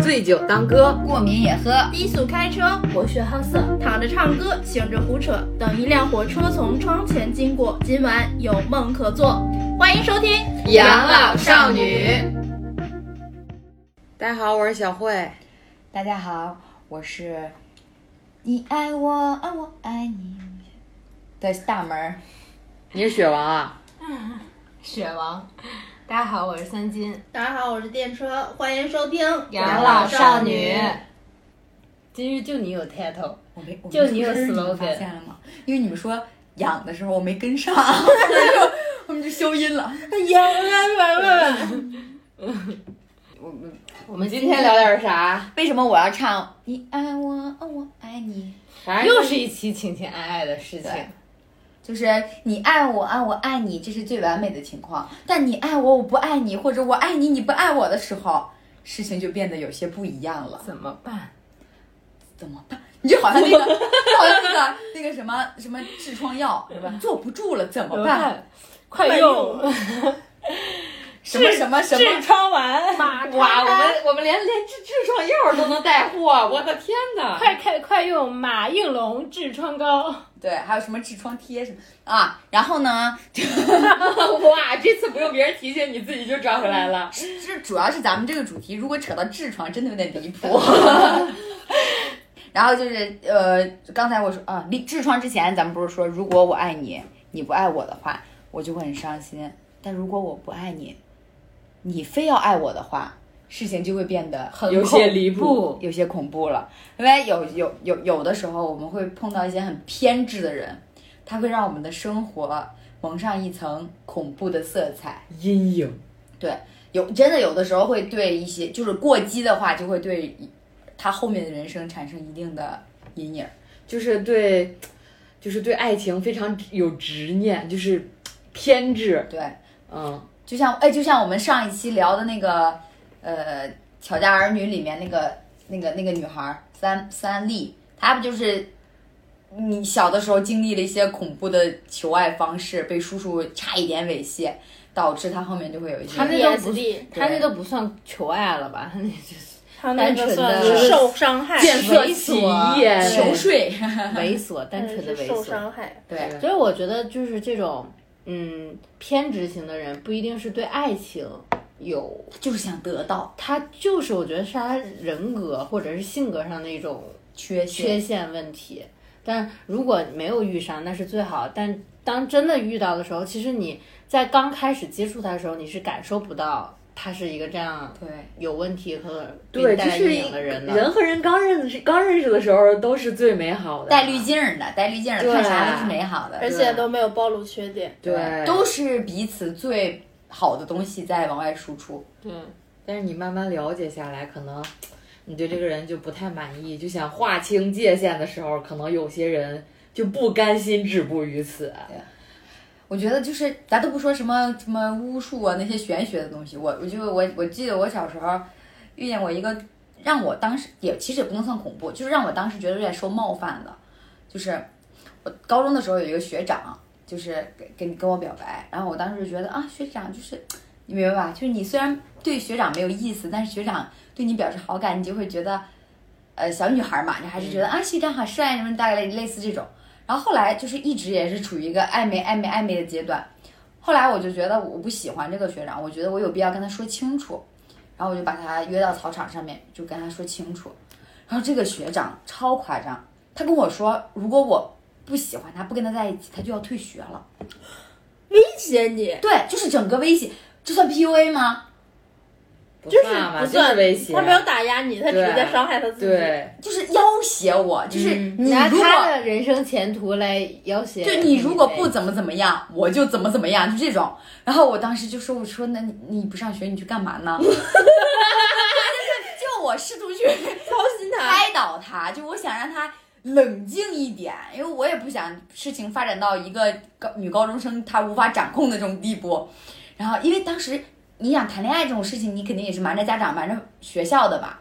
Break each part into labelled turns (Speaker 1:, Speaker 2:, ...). Speaker 1: 醉酒当歌，
Speaker 2: 过敏也喝。
Speaker 3: 低速开车，博学好色，躺着唱歌，醒着胡扯。等一辆火车从窗前经过，今晚有梦可做。欢迎收听《
Speaker 1: 养老少女》。大家好，我是小慧。
Speaker 2: 大家好，我是你爱我，爱我爱你的大门儿。
Speaker 1: 你是雪王啊？
Speaker 4: 雪王，大家好，我是三金，
Speaker 3: 大家好，我是电车，欢迎收听《
Speaker 4: 养老少女。今日就你有 title，
Speaker 2: 我没，我没
Speaker 4: 就你有
Speaker 2: 说是
Speaker 4: slogan
Speaker 2: 发现了吗？因为你们说养的时候我没跟 上，然后我们就消音了。养我们
Speaker 4: 我们
Speaker 1: 今天聊点啥？
Speaker 2: 为什么我要唱你爱我，哦我爱你？
Speaker 1: 反正
Speaker 4: 又是一期情情爱爱的事情。
Speaker 2: 对就是你爱我，啊，我爱你，这是最完美的情况。但你爱我，我不爱你，或者我爱你，你不爱我的时候，事情就变得有些不一样了。
Speaker 4: 怎么办？
Speaker 2: 怎么办？你就好像那 个，就好像那个那个什么什么痔疮药是吧？坐不住了怎么办？，
Speaker 4: 快用！
Speaker 2: 什么什么什么
Speaker 4: 痔疮丸，
Speaker 1: 哇，我们我们连连痔痔疮药都能带货，我的天 哪！
Speaker 4: 快快快用马应龙痔疮 膏。
Speaker 2: 对，还有什么痔疮贴什么啊？然后呢，
Speaker 1: 哇，这次不用别人提醒，你自己就找回来了。
Speaker 2: 这主要是咱们这个主题，如果扯到痔疮，真的有点 离谱。然后就是呃，刚才我说啊，离痔疮之前，咱们不是说，如果我爱你，你不爱我的话，我就会很伤心；但如果我不爱你，你非要爱我的话，事情就会变得
Speaker 4: 很
Speaker 1: 有些离谱
Speaker 4: 恐怖，
Speaker 2: 有些恐怖了。因为有有有有的时候，我们会碰到一些很偏执的人，他会让我们的生活蒙上一层恐怖的色彩。
Speaker 1: 阴影，
Speaker 2: 有真的有的时候会对一些就是过激的话，就会对他后面的人生产生一定的阴影。
Speaker 1: 就是对，就是对爱情非常有执念，就是偏执。
Speaker 2: 对，
Speaker 1: 嗯，
Speaker 2: 就像哎，就像我们上一期聊的那个呃《巧嫁儿女》里面那个那个那个女孩儿三三丽，她不就是你小的时候经历了一些恐怖的求爱方式，被叔叔差一点猥亵，导致她后面就会有一些
Speaker 4: 她那都不
Speaker 3: DSD
Speaker 4: 他那都不算求爱了吧？他那就是
Speaker 3: 他那个算是
Speaker 4: 单纯的
Speaker 3: 受伤害，
Speaker 1: 见色起意，啊
Speaker 2: 求睡。
Speaker 4: 猥琐，单纯的
Speaker 3: 是
Speaker 4: 猥
Speaker 3: 受
Speaker 4: 琐。
Speaker 3: 伤害。
Speaker 2: 对
Speaker 4: 所以我觉得就是这种，嗯，偏执型的人不一定是对爱情有
Speaker 2: 就是想得到
Speaker 4: 他就是我觉得是他人格或者是性格上的一种
Speaker 2: 缺
Speaker 4: 缺
Speaker 2: 陷，
Speaker 4: 陷问题。但如果没有遇上，那是最好。但当真的遇到的时候，其实你在刚开始接触他的时候，你是感受不到他是一个这样
Speaker 2: 对。
Speaker 4: 有问题和给
Speaker 1: 对，
Speaker 4: 你
Speaker 1: 就
Speaker 4: 带来
Speaker 1: 是
Speaker 4: 阴影的人的。嗯
Speaker 1: 人和人刚认识刚认识的时候都是最美好的，
Speaker 2: 带滤镜儿的，带滤镜儿的，
Speaker 1: 对
Speaker 2: 看啥都是美好的，
Speaker 3: 而且都没有暴露缺点，
Speaker 1: 对，
Speaker 2: 都是彼此最好的东西在往外输出。
Speaker 4: 对，
Speaker 1: 但是你慢慢了解下来，可能你对这个人就不太满意，就想划清界限的时候，可能有些人就不甘心止步于此。
Speaker 2: 我觉得就是咱都不说什么什么巫术啊那些玄学的东西，我我就我我记得我小时候遇见过一个让我当时也其实也不能算恐怖，就是让我当时觉得有点受冒犯的，就是我高中的时候有一个学长，就是给给跟我表白，然后我当时就觉得啊学长就是你明白吧，就是你虽然对学长没有意思，但是学长对你表示好感，你就会觉得呃小女孩嘛，你还是觉得啊学长好帅什么大概类似这种。然后后来就是一直也是处于一个暧昧、暧昧、暧昧的阶段。后来我就觉得我不喜欢这个学长，我觉得我有必要跟他说清楚，然后我就把他约到操场上面，就跟他说清楚。然后这个学长超夸张，他跟我说，如果我不喜欢他，不跟他在一起，他就要退学了。
Speaker 3: 威胁你，
Speaker 2: 对，就是整个威胁，这算 PUA 吗？
Speaker 1: 不
Speaker 3: 就是
Speaker 1: 算吧，就
Speaker 3: 不
Speaker 1: 是
Speaker 3: 算
Speaker 1: 威胁。
Speaker 3: 他没有打压你，他只是
Speaker 1: 对
Speaker 3: 在伤害他自己。
Speaker 1: 对，
Speaker 2: 就是要挟我，就是
Speaker 1: 嗯
Speaker 2: 你
Speaker 4: 拿
Speaker 2: 如果、
Speaker 4: 他的人生前途来要挟。
Speaker 2: 就你如果不，怎么怎么样，我就怎么怎么样，就这种。然后我当时就说，我说那你你不上学你去干嘛呢？ 就是就我试图去
Speaker 3: 操心他，
Speaker 2: 开导他，就我想让他冷静一点，因为我也不想事情发展到一个高女高中生她无法掌控的这种地步。然后因为当时你想谈恋爱这种事情，你肯定也是瞒着家长、瞒着学校的吧。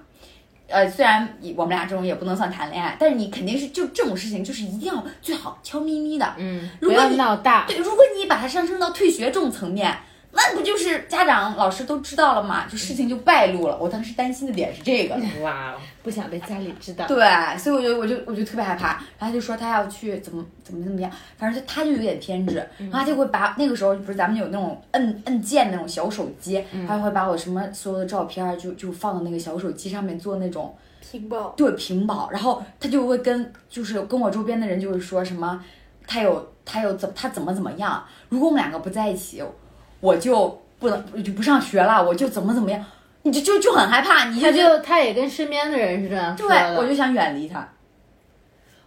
Speaker 2: 呃，虽然我们俩这种也不能算谈恋爱，但是你肯定是就这种事情，就是一定要最好悄咪咪的，
Speaker 4: 嗯，
Speaker 2: 如
Speaker 4: 不
Speaker 2: 果
Speaker 4: 要
Speaker 2: 你
Speaker 4: 闹大。
Speaker 2: 对，如果你把它上升到退学这种层面，那不就是家长、老师都知道了嘛，就事情就败露了。我当时担心的点是这个，
Speaker 1: 哇哦，
Speaker 4: 不想被家里知道。
Speaker 2: 对，所以我就我就我就特别害怕。然后他就说他要去怎么怎么怎么样，反正就他就有点偏执，然后他就会把那个时候不是咱们有那种摁摁键那种小手机，他就会把我什么所有的照片儿就就放到那个小手机上面做那种
Speaker 3: 屏保，
Speaker 2: 对屏保，然后他就会跟就是跟我周边的人就会说什么，他有他有怎他怎么怎么样，如果我们两个不在一起，我就不能我就不上学了，我就怎么怎么样，你就就就很害怕，你
Speaker 4: 他
Speaker 2: 就
Speaker 4: 就他也跟身边的人是这样
Speaker 2: 对
Speaker 4: 说的，
Speaker 2: 我就想远离他，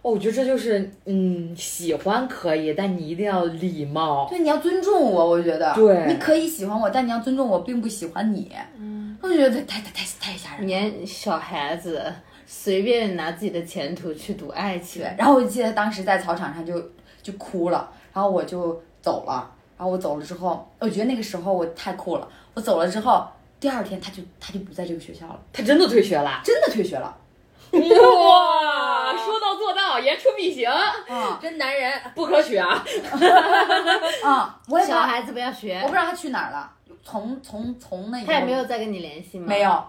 Speaker 1: 哦，我觉得这就是，嗯，喜欢可以，但你一定要礼貌。
Speaker 2: 对你要尊重我，我觉得
Speaker 1: 对
Speaker 2: 你可以喜欢我，但你要尊重我，并不喜欢你，嗯，我就觉得太太太太吓人了。
Speaker 4: 年小孩子随便拿自己的前途去赌爱情
Speaker 2: 对，，然后我记得当时在操场上就就哭了，然后我就走了，然后我走了之后，我觉得那个时候我太酷了，我走了之后，第二天他就他就不在这个学校了，
Speaker 1: 他真的退学了，
Speaker 2: 真的退学了
Speaker 1: 哇，说到做到，言出必行，
Speaker 4: 嗯
Speaker 2: 啊
Speaker 3: 真男人，
Speaker 1: 不可取啊！
Speaker 2: 啊！我也不知
Speaker 4: 小
Speaker 2: 道，
Speaker 4: 孩子不要学
Speaker 2: 我不，知道他去哪儿了，从从从那以后
Speaker 4: 他也没有再跟你联系吗？
Speaker 2: 没，有，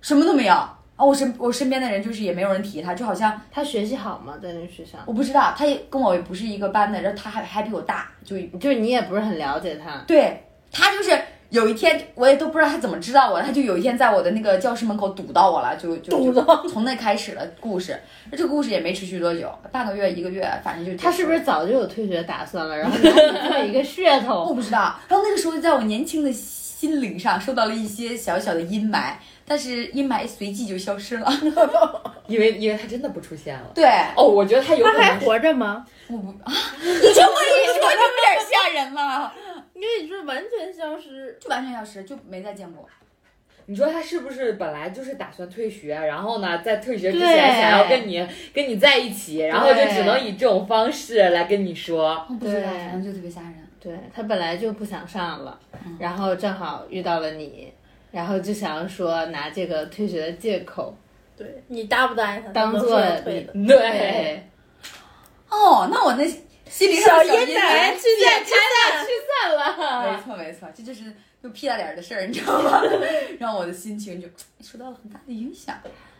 Speaker 2: 什么都没有啊！我身我身边的人就是也没有人提他，就好像
Speaker 4: 他学习好吗？在那个学校，
Speaker 2: 我不知道，他也跟我也不是一个班的，然后他还还比我大，就
Speaker 4: 就是你也不是很了解他，
Speaker 2: 对他就是有一天，我也都不知道他怎么知道我的，他就有一天在我的那个教室门口堵到我了，就就
Speaker 3: 堵
Speaker 2: 就从那开始了故事。这个故事也没持续多久，半个月一个月，反正就
Speaker 4: 他是不是早就有退学打算了，然后拿你做一个噱
Speaker 2: 我
Speaker 4: 头？
Speaker 2: 不知道。然后那个时候，在我年轻的心灵上受到了一些小小的阴霾，但是阴霾随即就消失 了。
Speaker 1: 因为因为他真的不出现了。
Speaker 2: 对，
Speaker 1: 哦，我觉得他有可
Speaker 3: 他还
Speaker 1: 能
Speaker 3: 活着吗？
Speaker 2: 我不啊，你这么一说就有点吓人了，
Speaker 3: 因为你是完全消失，
Speaker 2: 就完全消失，就没再见过。
Speaker 1: 你说他是不是本来就是打算退学，然后呢，在退学之
Speaker 4: 对
Speaker 1: 前想要跟你跟你在一起，然后就只能以这种方式来跟你说。
Speaker 2: 哦我不知道，
Speaker 4: 对
Speaker 2: 反正就特别吓人。
Speaker 4: 对他本来就不想上了，然后正好遇到了你，然后就想说拿这个退学的借口
Speaker 3: 对你答不答应他，
Speaker 4: 当做
Speaker 3: 他能说退的。
Speaker 4: 你
Speaker 1: 对，
Speaker 2: 哦，那我那心灵上
Speaker 3: 小
Speaker 2: 的
Speaker 3: 阴
Speaker 2: 霾
Speaker 3: 男去见开
Speaker 1: 驱散了。
Speaker 2: 没错没错，这就是又屁大点儿的事儿，你知道 吗？让我的心情就受到了很大的影响。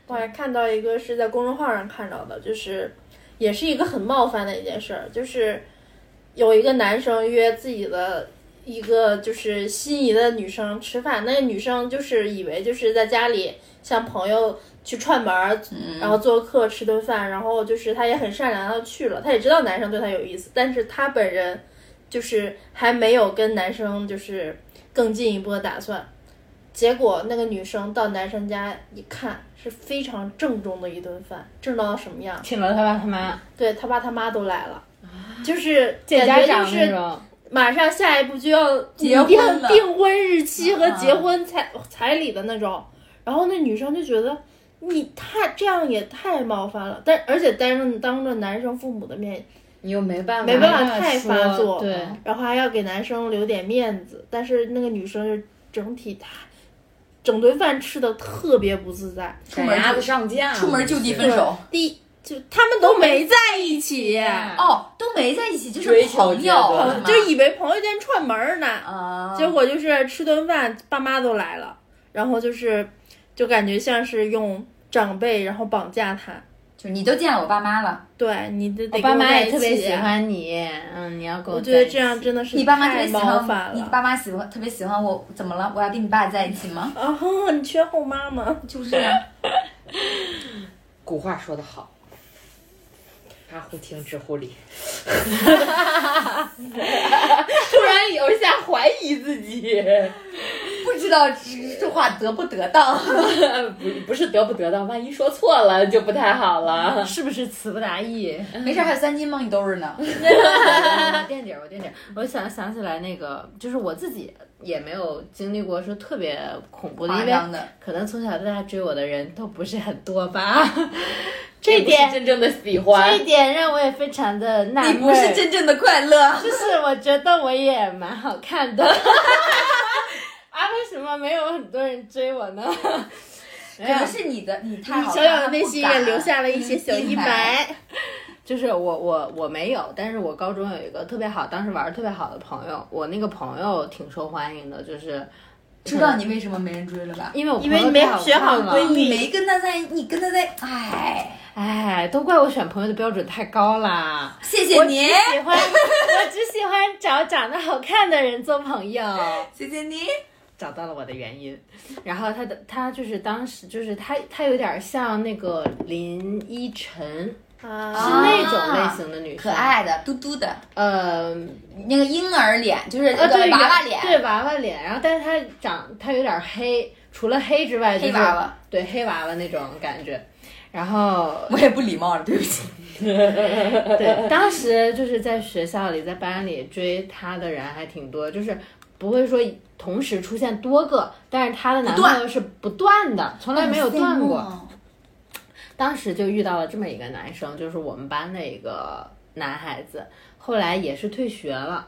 Speaker 3: 我还看到一个是在公众号上看到的，就是也是一个很冒犯的一件事儿，就是有一个男生约自己的一个就是心仪的女生吃饭，那个女生就是以为就是在家里像朋友去串门儿，
Speaker 4: 嗯
Speaker 3: 然后做客吃顿饭，然后就是她也很善良，她去了，她也知道男生对她有意思，但是她本人就是还没有跟男生就是更进一步的打算。结果那个女生到男生家一看，是非常正宗的一顿饭，正到什么样？
Speaker 4: 请了他爸他妈
Speaker 3: 对他爸他妈都来了，就是
Speaker 4: 啊见家
Speaker 3: 感觉就
Speaker 4: 长那
Speaker 3: 是
Speaker 4: 种，
Speaker 3: 马上下一步就要
Speaker 2: 结婚
Speaker 3: 拟定
Speaker 2: 了
Speaker 3: 订婚日期和结婚彩
Speaker 4: 啊
Speaker 3: 彩礼的那种。然后那女生就觉得你太这样也太冒犯了，但而且当着当着男生父母的面，
Speaker 1: 你又没办法，
Speaker 3: 没办法
Speaker 4: 没办法
Speaker 3: 太
Speaker 4: 说
Speaker 3: 发作
Speaker 4: 对，
Speaker 3: 然后还要给男生留点面子，但是那个女生就整体太。整顿饭吃的特别不自在，
Speaker 1: 赶鸭子上架，
Speaker 2: 出门就地分手
Speaker 3: 第一就他们都没在一起，
Speaker 4: 啊
Speaker 2: 哦，都没在一起，就是
Speaker 1: 追求
Speaker 2: 朋友
Speaker 1: 阶段
Speaker 2: 是吗
Speaker 3: 就以为朋友间串门儿呢，
Speaker 4: 嗯
Speaker 2: 啊，
Speaker 3: 结果就是吃顿饭，爸妈都来了，然后就是就感觉像是用长辈然后绑架他，
Speaker 2: 就你都见了我爸妈了，
Speaker 3: 对你得得
Speaker 4: 我
Speaker 3: 跟
Speaker 4: 哦爸妈
Speaker 3: 在
Speaker 4: 也
Speaker 3: 一
Speaker 4: 特别
Speaker 3: 起
Speaker 4: 喜，欢你，嗯，你要跟
Speaker 3: 啊我
Speaker 4: 我
Speaker 3: 觉得
Speaker 4: 在一起
Speaker 3: 这样真的是
Speaker 2: 你爸妈特
Speaker 3: 太
Speaker 2: 别喜
Speaker 3: 冒
Speaker 2: 欢
Speaker 3: 犯
Speaker 2: 你
Speaker 3: 了，
Speaker 2: 爸妈喜欢特别喜欢我，怎么了？我要跟你爸在一起吗？
Speaker 3: 啊，你缺后妈吗？
Speaker 2: 就是啊，
Speaker 1: 古话说得好，他乎情直乎理。突然有一下怀疑自己，
Speaker 2: 不知道这这话得不得当。
Speaker 1: 不不是得不得当，万一说错了就不太好了。
Speaker 4: 是不是词不达意？
Speaker 3: 嗯
Speaker 2: 没事，还有三斤梦一兜着呢。
Speaker 4: 我垫底儿，我垫底儿。我想想起来那个，就是我自己也没有经历过说特别恐怖的，
Speaker 2: 夸
Speaker 4: 因
Speaker 2: 张
Speaker 4: 为
Speaker 2: 的
Speaker 4: 可能从小到大追我的人都不是很多 吧。这
Speaker 1: 这
Speaker 4: 点
Speaker 1: 真正的喜欢
Speaker 4: 这一，点让我也非常的纳闷
Speaker 2: 你
Speaker 4: 儿。
Speaker 2: 不是真正的快乐，
Speaker 4: 就是我觉得我也蛮好看的。 啊，为什么没有很多人追我呢？ 哎
Speaker 2: 可能是你的你太
Speaker 3: 你
Speaker 2: 好
Speaker 3: 小
Speaker 2: 看
Speaker 3: 小的内心也留。下了一些小
Speaker 2: 嗯
Speaker 3: 一
Speaker 2: 明白
Speaker 3: 白，
Speaker 4: 就是我我我没有，但是我高中有一个特别好，当时玩的特别好的朋友，我那个朋友挺受欢迎的，就是
Speaker 2: 知道你为什么没人追了吧？
Speaker 4: 因为我
Speaker 3: 因为你
Speaker 4: 朋友
Speaker 3: 没
Speaker 4: 太好
Speaker 3: 学好
Speaker 4: 看了
Speaker 3: 闺蜜
Speaker 2: 你没跟他在，你跟他在，哎，
Speaker 4: 哎，都怪我选朋友的标准太高啦。
Speaker 2: 谢谢你，
Speaker 4: 喜 欢，我只喜欢找长得好看的人做朋友。
Speaker 2: 谢谢你。
Speaker 4: 找到了我的原因，然后他的他就是当时就是他他有点像那个林依晨，是
Speaker 3: 啊
Speaker 2: 啊
Speaker 4: 那种类型的女
Speaker 2: 可
Speaker 4: 生，，
Speaker 2: 爱的，嘟嘟的，
Speaker 4: 呃，
Speaker 2: 那个婴儿脸，就是
Speaker 4: 啊
Speaker 2: 那个
Speaker 4: 对
Speaker 2: 娃娃脸，
Speaker 4: 对娃娃脸，然后但是她长她有点黑，除了黑之外就是
Speaker 2: 黑娃娃，
Speaker 4: 对黑娃娃那种感觉，然后
Speaker 2: 我也不礼貌了，对不起。
Speaker 4: 对，当时就是在学校里，在班里追她的人还挺多，就是不会说同时出现多个，但是她的男朋友是不断的，从来没有断过。
Speaker 2: 哦啊
Speaker 4: 当时就遇到了这么一个男生，就是我们班的一个男孩子，后来也是退学了。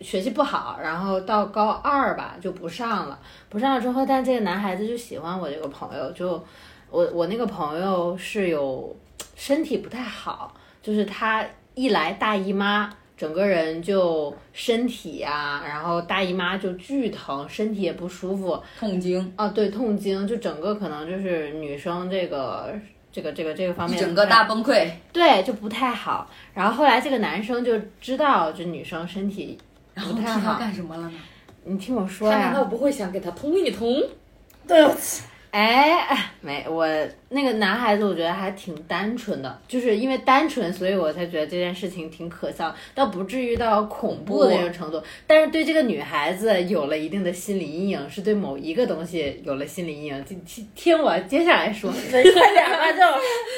Speaker 4: 学习不好，然后到高二吧就不上了，不上了之后，但这个男孩子就喜欢我这个朋友，就我我那个朋友是有身体不太好，就是他一来大姨妈，整个人就身体啊，然后大姨妈就巨疼，身体也不舒服，
Speaker 2: 痛经，
Speaker 4: 啊，对，痛经就整个可能就是女生这个这个这个这个方
Speaker 2: 一
Speaker 4: 面，
Speaker 2: 整个大崩溃，
Speaker 4: 对就不太好。然后后来这个男生就知道这女生身体不太
Speaker 2: 他
Speaker 4: 好，
Speaker 2: 干什么了呢？
Speaker 4: 你听我说
Speaker 1: 他难
Speaker 4: 呀、
Speaker 1: 道不会想给他通一通？
Speaker 3: 对，
Speaker 4: 哎，没，我那个男孩子，我觉得还挺单纯的，就是因为单纯，所以我才觉得这件事情挺可笑，倒不至于到恐怖的那种程度。但是对这个女孩子有了一定的心理阴影，是对某一个东西有了心理阴影。听听听我接下来说，
Speaker 3: 快点吧，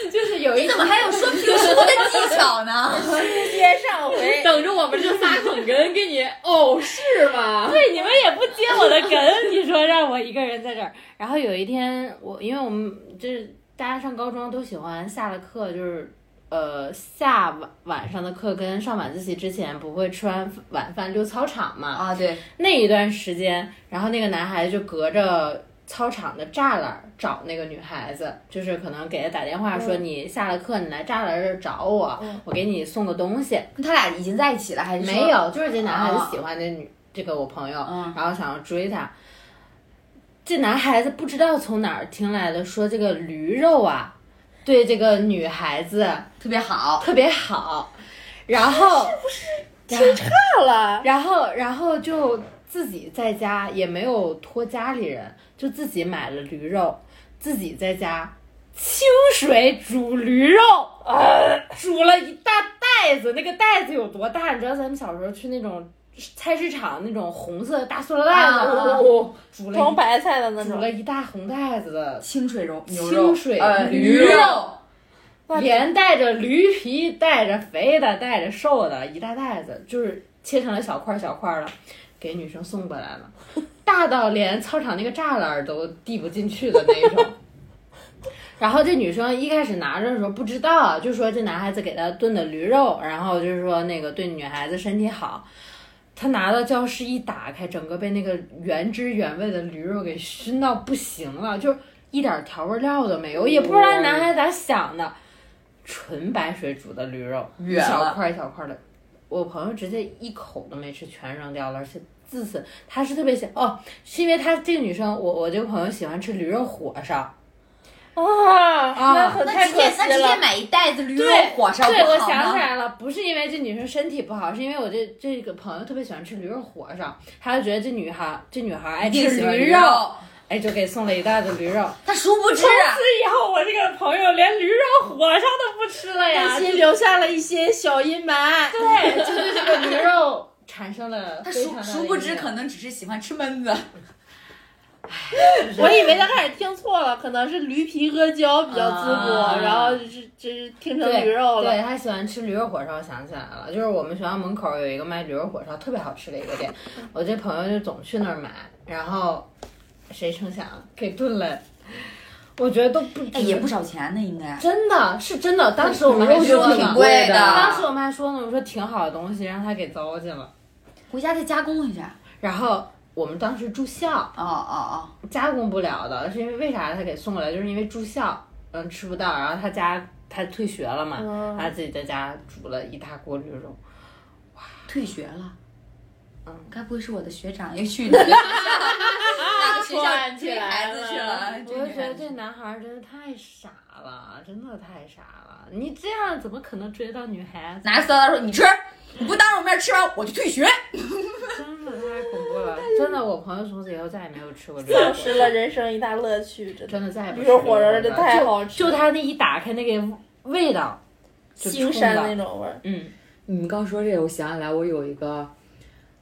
Speaker 3: 就
Speaker 4: 就是有一
Speaker 2: 怎么还有说评书的技巧 呢？
Speaker 3: 直接上回。
Speaker 1: 等着我们这仨 捧哏给你，哦，是吗？
Speaker 4: 对，你们也不接我的梗，你说让我一个人在这儿。然后有一天，我因为我们就是大家上高中都喜欢下了课就是。呃，下晚晚上的课跟上晚自习之前不会吃完晚饭溜操场嘛？
Speaker 2: 啊，对，
Speaker 4: 那一段时间，然后那个男孩子就隔着操场的栅栏找那个女孩子，就是可能给她打电话说、
Speaker 1: 嗯
Speaker 4: 你下了课你来栅栏这儿找我，我给你送个东西。
Speaker 2: 他俩已经在一起了，还是说哦
Speaker 4: 没？有，就是这男孩子喜欢这女、这个我朋友，
Speaker 2: 嗯
Speaker 4: 然后想要追她。这男孩子不知道从哪儿听来的，说这个驴肉啊，对这个女孩子
Speaker 2: 特别好，
Speaker 4: 特别好，然后
Speaker 3: 到了，
Speaker 4: 然后然后就自己在家也没有托家里人，就自己买了驴肉，自己在家清水煮驴肉，呃、 煮了一大袋子，那个袋子有多大？你知道咱们小时候去那种菜市场那种红色的大塑料袋子，
Speaker 2: 啊啊
Speaker 1: 哦，
Speaker 4: 煮了
Speaker 3: 装
Speaker 4: 一
Speaker 3: 白菜的那
Speaker 4: 煮
Speaker 3: 种，
Speaker 4: 了一大红袋子的
Speaker 2: 清水肉、牛
Speaker 4: 清水
Speaker 2: 呃
Speaker 4: 驴
Speaker 2: 驴
Speaker 4: 肉
Speaker 2: 肉，
Speaker 3: 哇
Speaker 4: 连带着驴皮，带着肥的，带着瘦的，一大袋子，就是切成了小块儿小块儿的，给女生送过来了，大到连操场那个栅栏儿都递不进去的那一种。然后这女生一开始拿着的时候不知道，就说这男孩子给她炖的驴肉，然后就是说那个对女孩子身体好。她拿到教室一打开，整个被那个原汁原味的驴肉给熏到不行了，就是一点调味料都没有，也不知道这男孩子咋想的，纯白水煮的驴肉，一
Speaker 2: 嗯远
Speaker 4: 小
Speaker 2: 了，
Speaker 4: 块一小块的。我朋友直接一口都没吃，全扔掉了，而且自此他是特别喜哦，是因为他这个女生，我我这个朋友喜欢吃驴肉火烧，
Speaker 3: 啊，那
Speaker 4: 啊
Speaker 3: 很
Speaker 2: 那
Speaker 3: 太
Speaker 2: 直
Speaker 3: 可
Speaker 2: 接那直
Speaker 3: 惜
Speaker 2: 接
Speaker 3: 了。
Speaker 2: 买一袋子驴肉
Speaker 4: 对
Speaker 2: 火烧
Speaker 4: 对，我
Speaker 2: 不
Speaker 4: 想
Speaker 2: 好
Speaker 4: 起
Speaker 2: 吗？
Speaker 4: 来了，不是因为这女生身体不好，是因为我这这个朋友特别喜欢吃驴肉火烧，他就觉得这女孩这女孩爱
Speaker 2: 一定
Speaker 4: 吃
Speaker 2: 喜欢
Speaker 4: 驴
Speaker 2: 驴
Speaker 4: 肉，，哎，就给送了一袋子驴 肉。
Speaker 2: 他殊不知啊
Speaker 4: 自以后我这个朋友连驴肉火烧都不吃了呀，
Speaker 3: 内心留下了一些小阴霾。
Speaker 4: 对，就对这个驴肉产生了
Speaker 2: 他
Speaker 4: 非常
Speaker 2: 殊
Speaker 4: 大的
Speaker 2: 殊不
Speaker 4: 影
Speaker 2: 知
Speaker 4: 响
Speaker 2: 可能只是喜欢吃焖子，
Speaker 3: 我以为他开始听错了，可能是驴皮阿胶比较滋补，
Speaker 2: 啊
Speaker 3: 然后就是就是 听成
Speaker 4: 对
Speaker 3: 驴肉了。
Speaker 4: 对他喜欢吃驴肉火烧，我想起来了，就是我们学校门口有一个卖驴肉火烧特别好吃的一个店，我这朋友就总去那儿买，然后谁成想给炖了，我觉得都不
Speaker 2: 哎，也不少钱呢，应该。
Speaker 4: 真的是真的，当时我们
Speaker 1: 还
Speaker 4: 还
Speaker 1: 是
Speaker 4: 说
Speaker 1: 挺
Speaker 4: 呢。
Speaker 1: 贵
Speaker 2: 贵的
Speaker 4: 当时我们还说呢，我说挺好的东西，让他给糟践了。
Speaker 2: 回家再加工一下。
Speaker 4: 然后我们当时住校，
Speaker 2: 哦哦
Speaker 4: 加工不了的，是因为为啥他给送过来？就是因为住校，嗯，吃不到，然后他家她退学了嘛，
Speaker 3: 嗯
Speaker 4: 她自己在家煮了一大锅驴肉。
Speaker 2: 退学了。
Speaker 4: 嗯，
Speaker 2: 该不会是我的学长又去你的学校 那个学校
Speaker 3: 串起
Speaker 2: 追孩
Speaker 3: 来
Speaker 2: 子
Speaker 3: 了
Speaker 2: 去了？
Speaker 4: 我
Speaker 2: 追女
Speaker 4: 就觉得
Speaker 2: 孩子
Speaker 4: 这男孩儿真的太傻了，真的太傻了。你这样怎么可能追到女孩啊子？
Speaker 2: 拿着塑料袋说：“你吃，你不当着我面吃完我就退学。
Speaker 4: 真的太恐怖了！真的，我朋友从此以后再也没有吃过这个。
Speaker 3: 丧失了人生一大乐趣，真的。
Speaker 4: 真的再也不
Speaker 3: 驴
Speaker 4: 吃
Speaker 3: 肉
Speaker 4: 过
Speaker 3: 火烧
Speaker 4: 这
Speaker 3: 真
Speaker 4: 个
Speaker 3: 太
Speaker 4: 就
Speaker 3: 好吃
Speaker 4: 就
Speaker 3: 了，
Speaker 4: 它那一打开那个味道，就
Speaker 3: 青
Speaker 4: 冲
Speaker 3: 山
Speaker 4: 到
Speaker 3: 那种味儿。
Speaker 4: 嗯，
Speaker 1: 你们刚说这个，我想起来，我有一个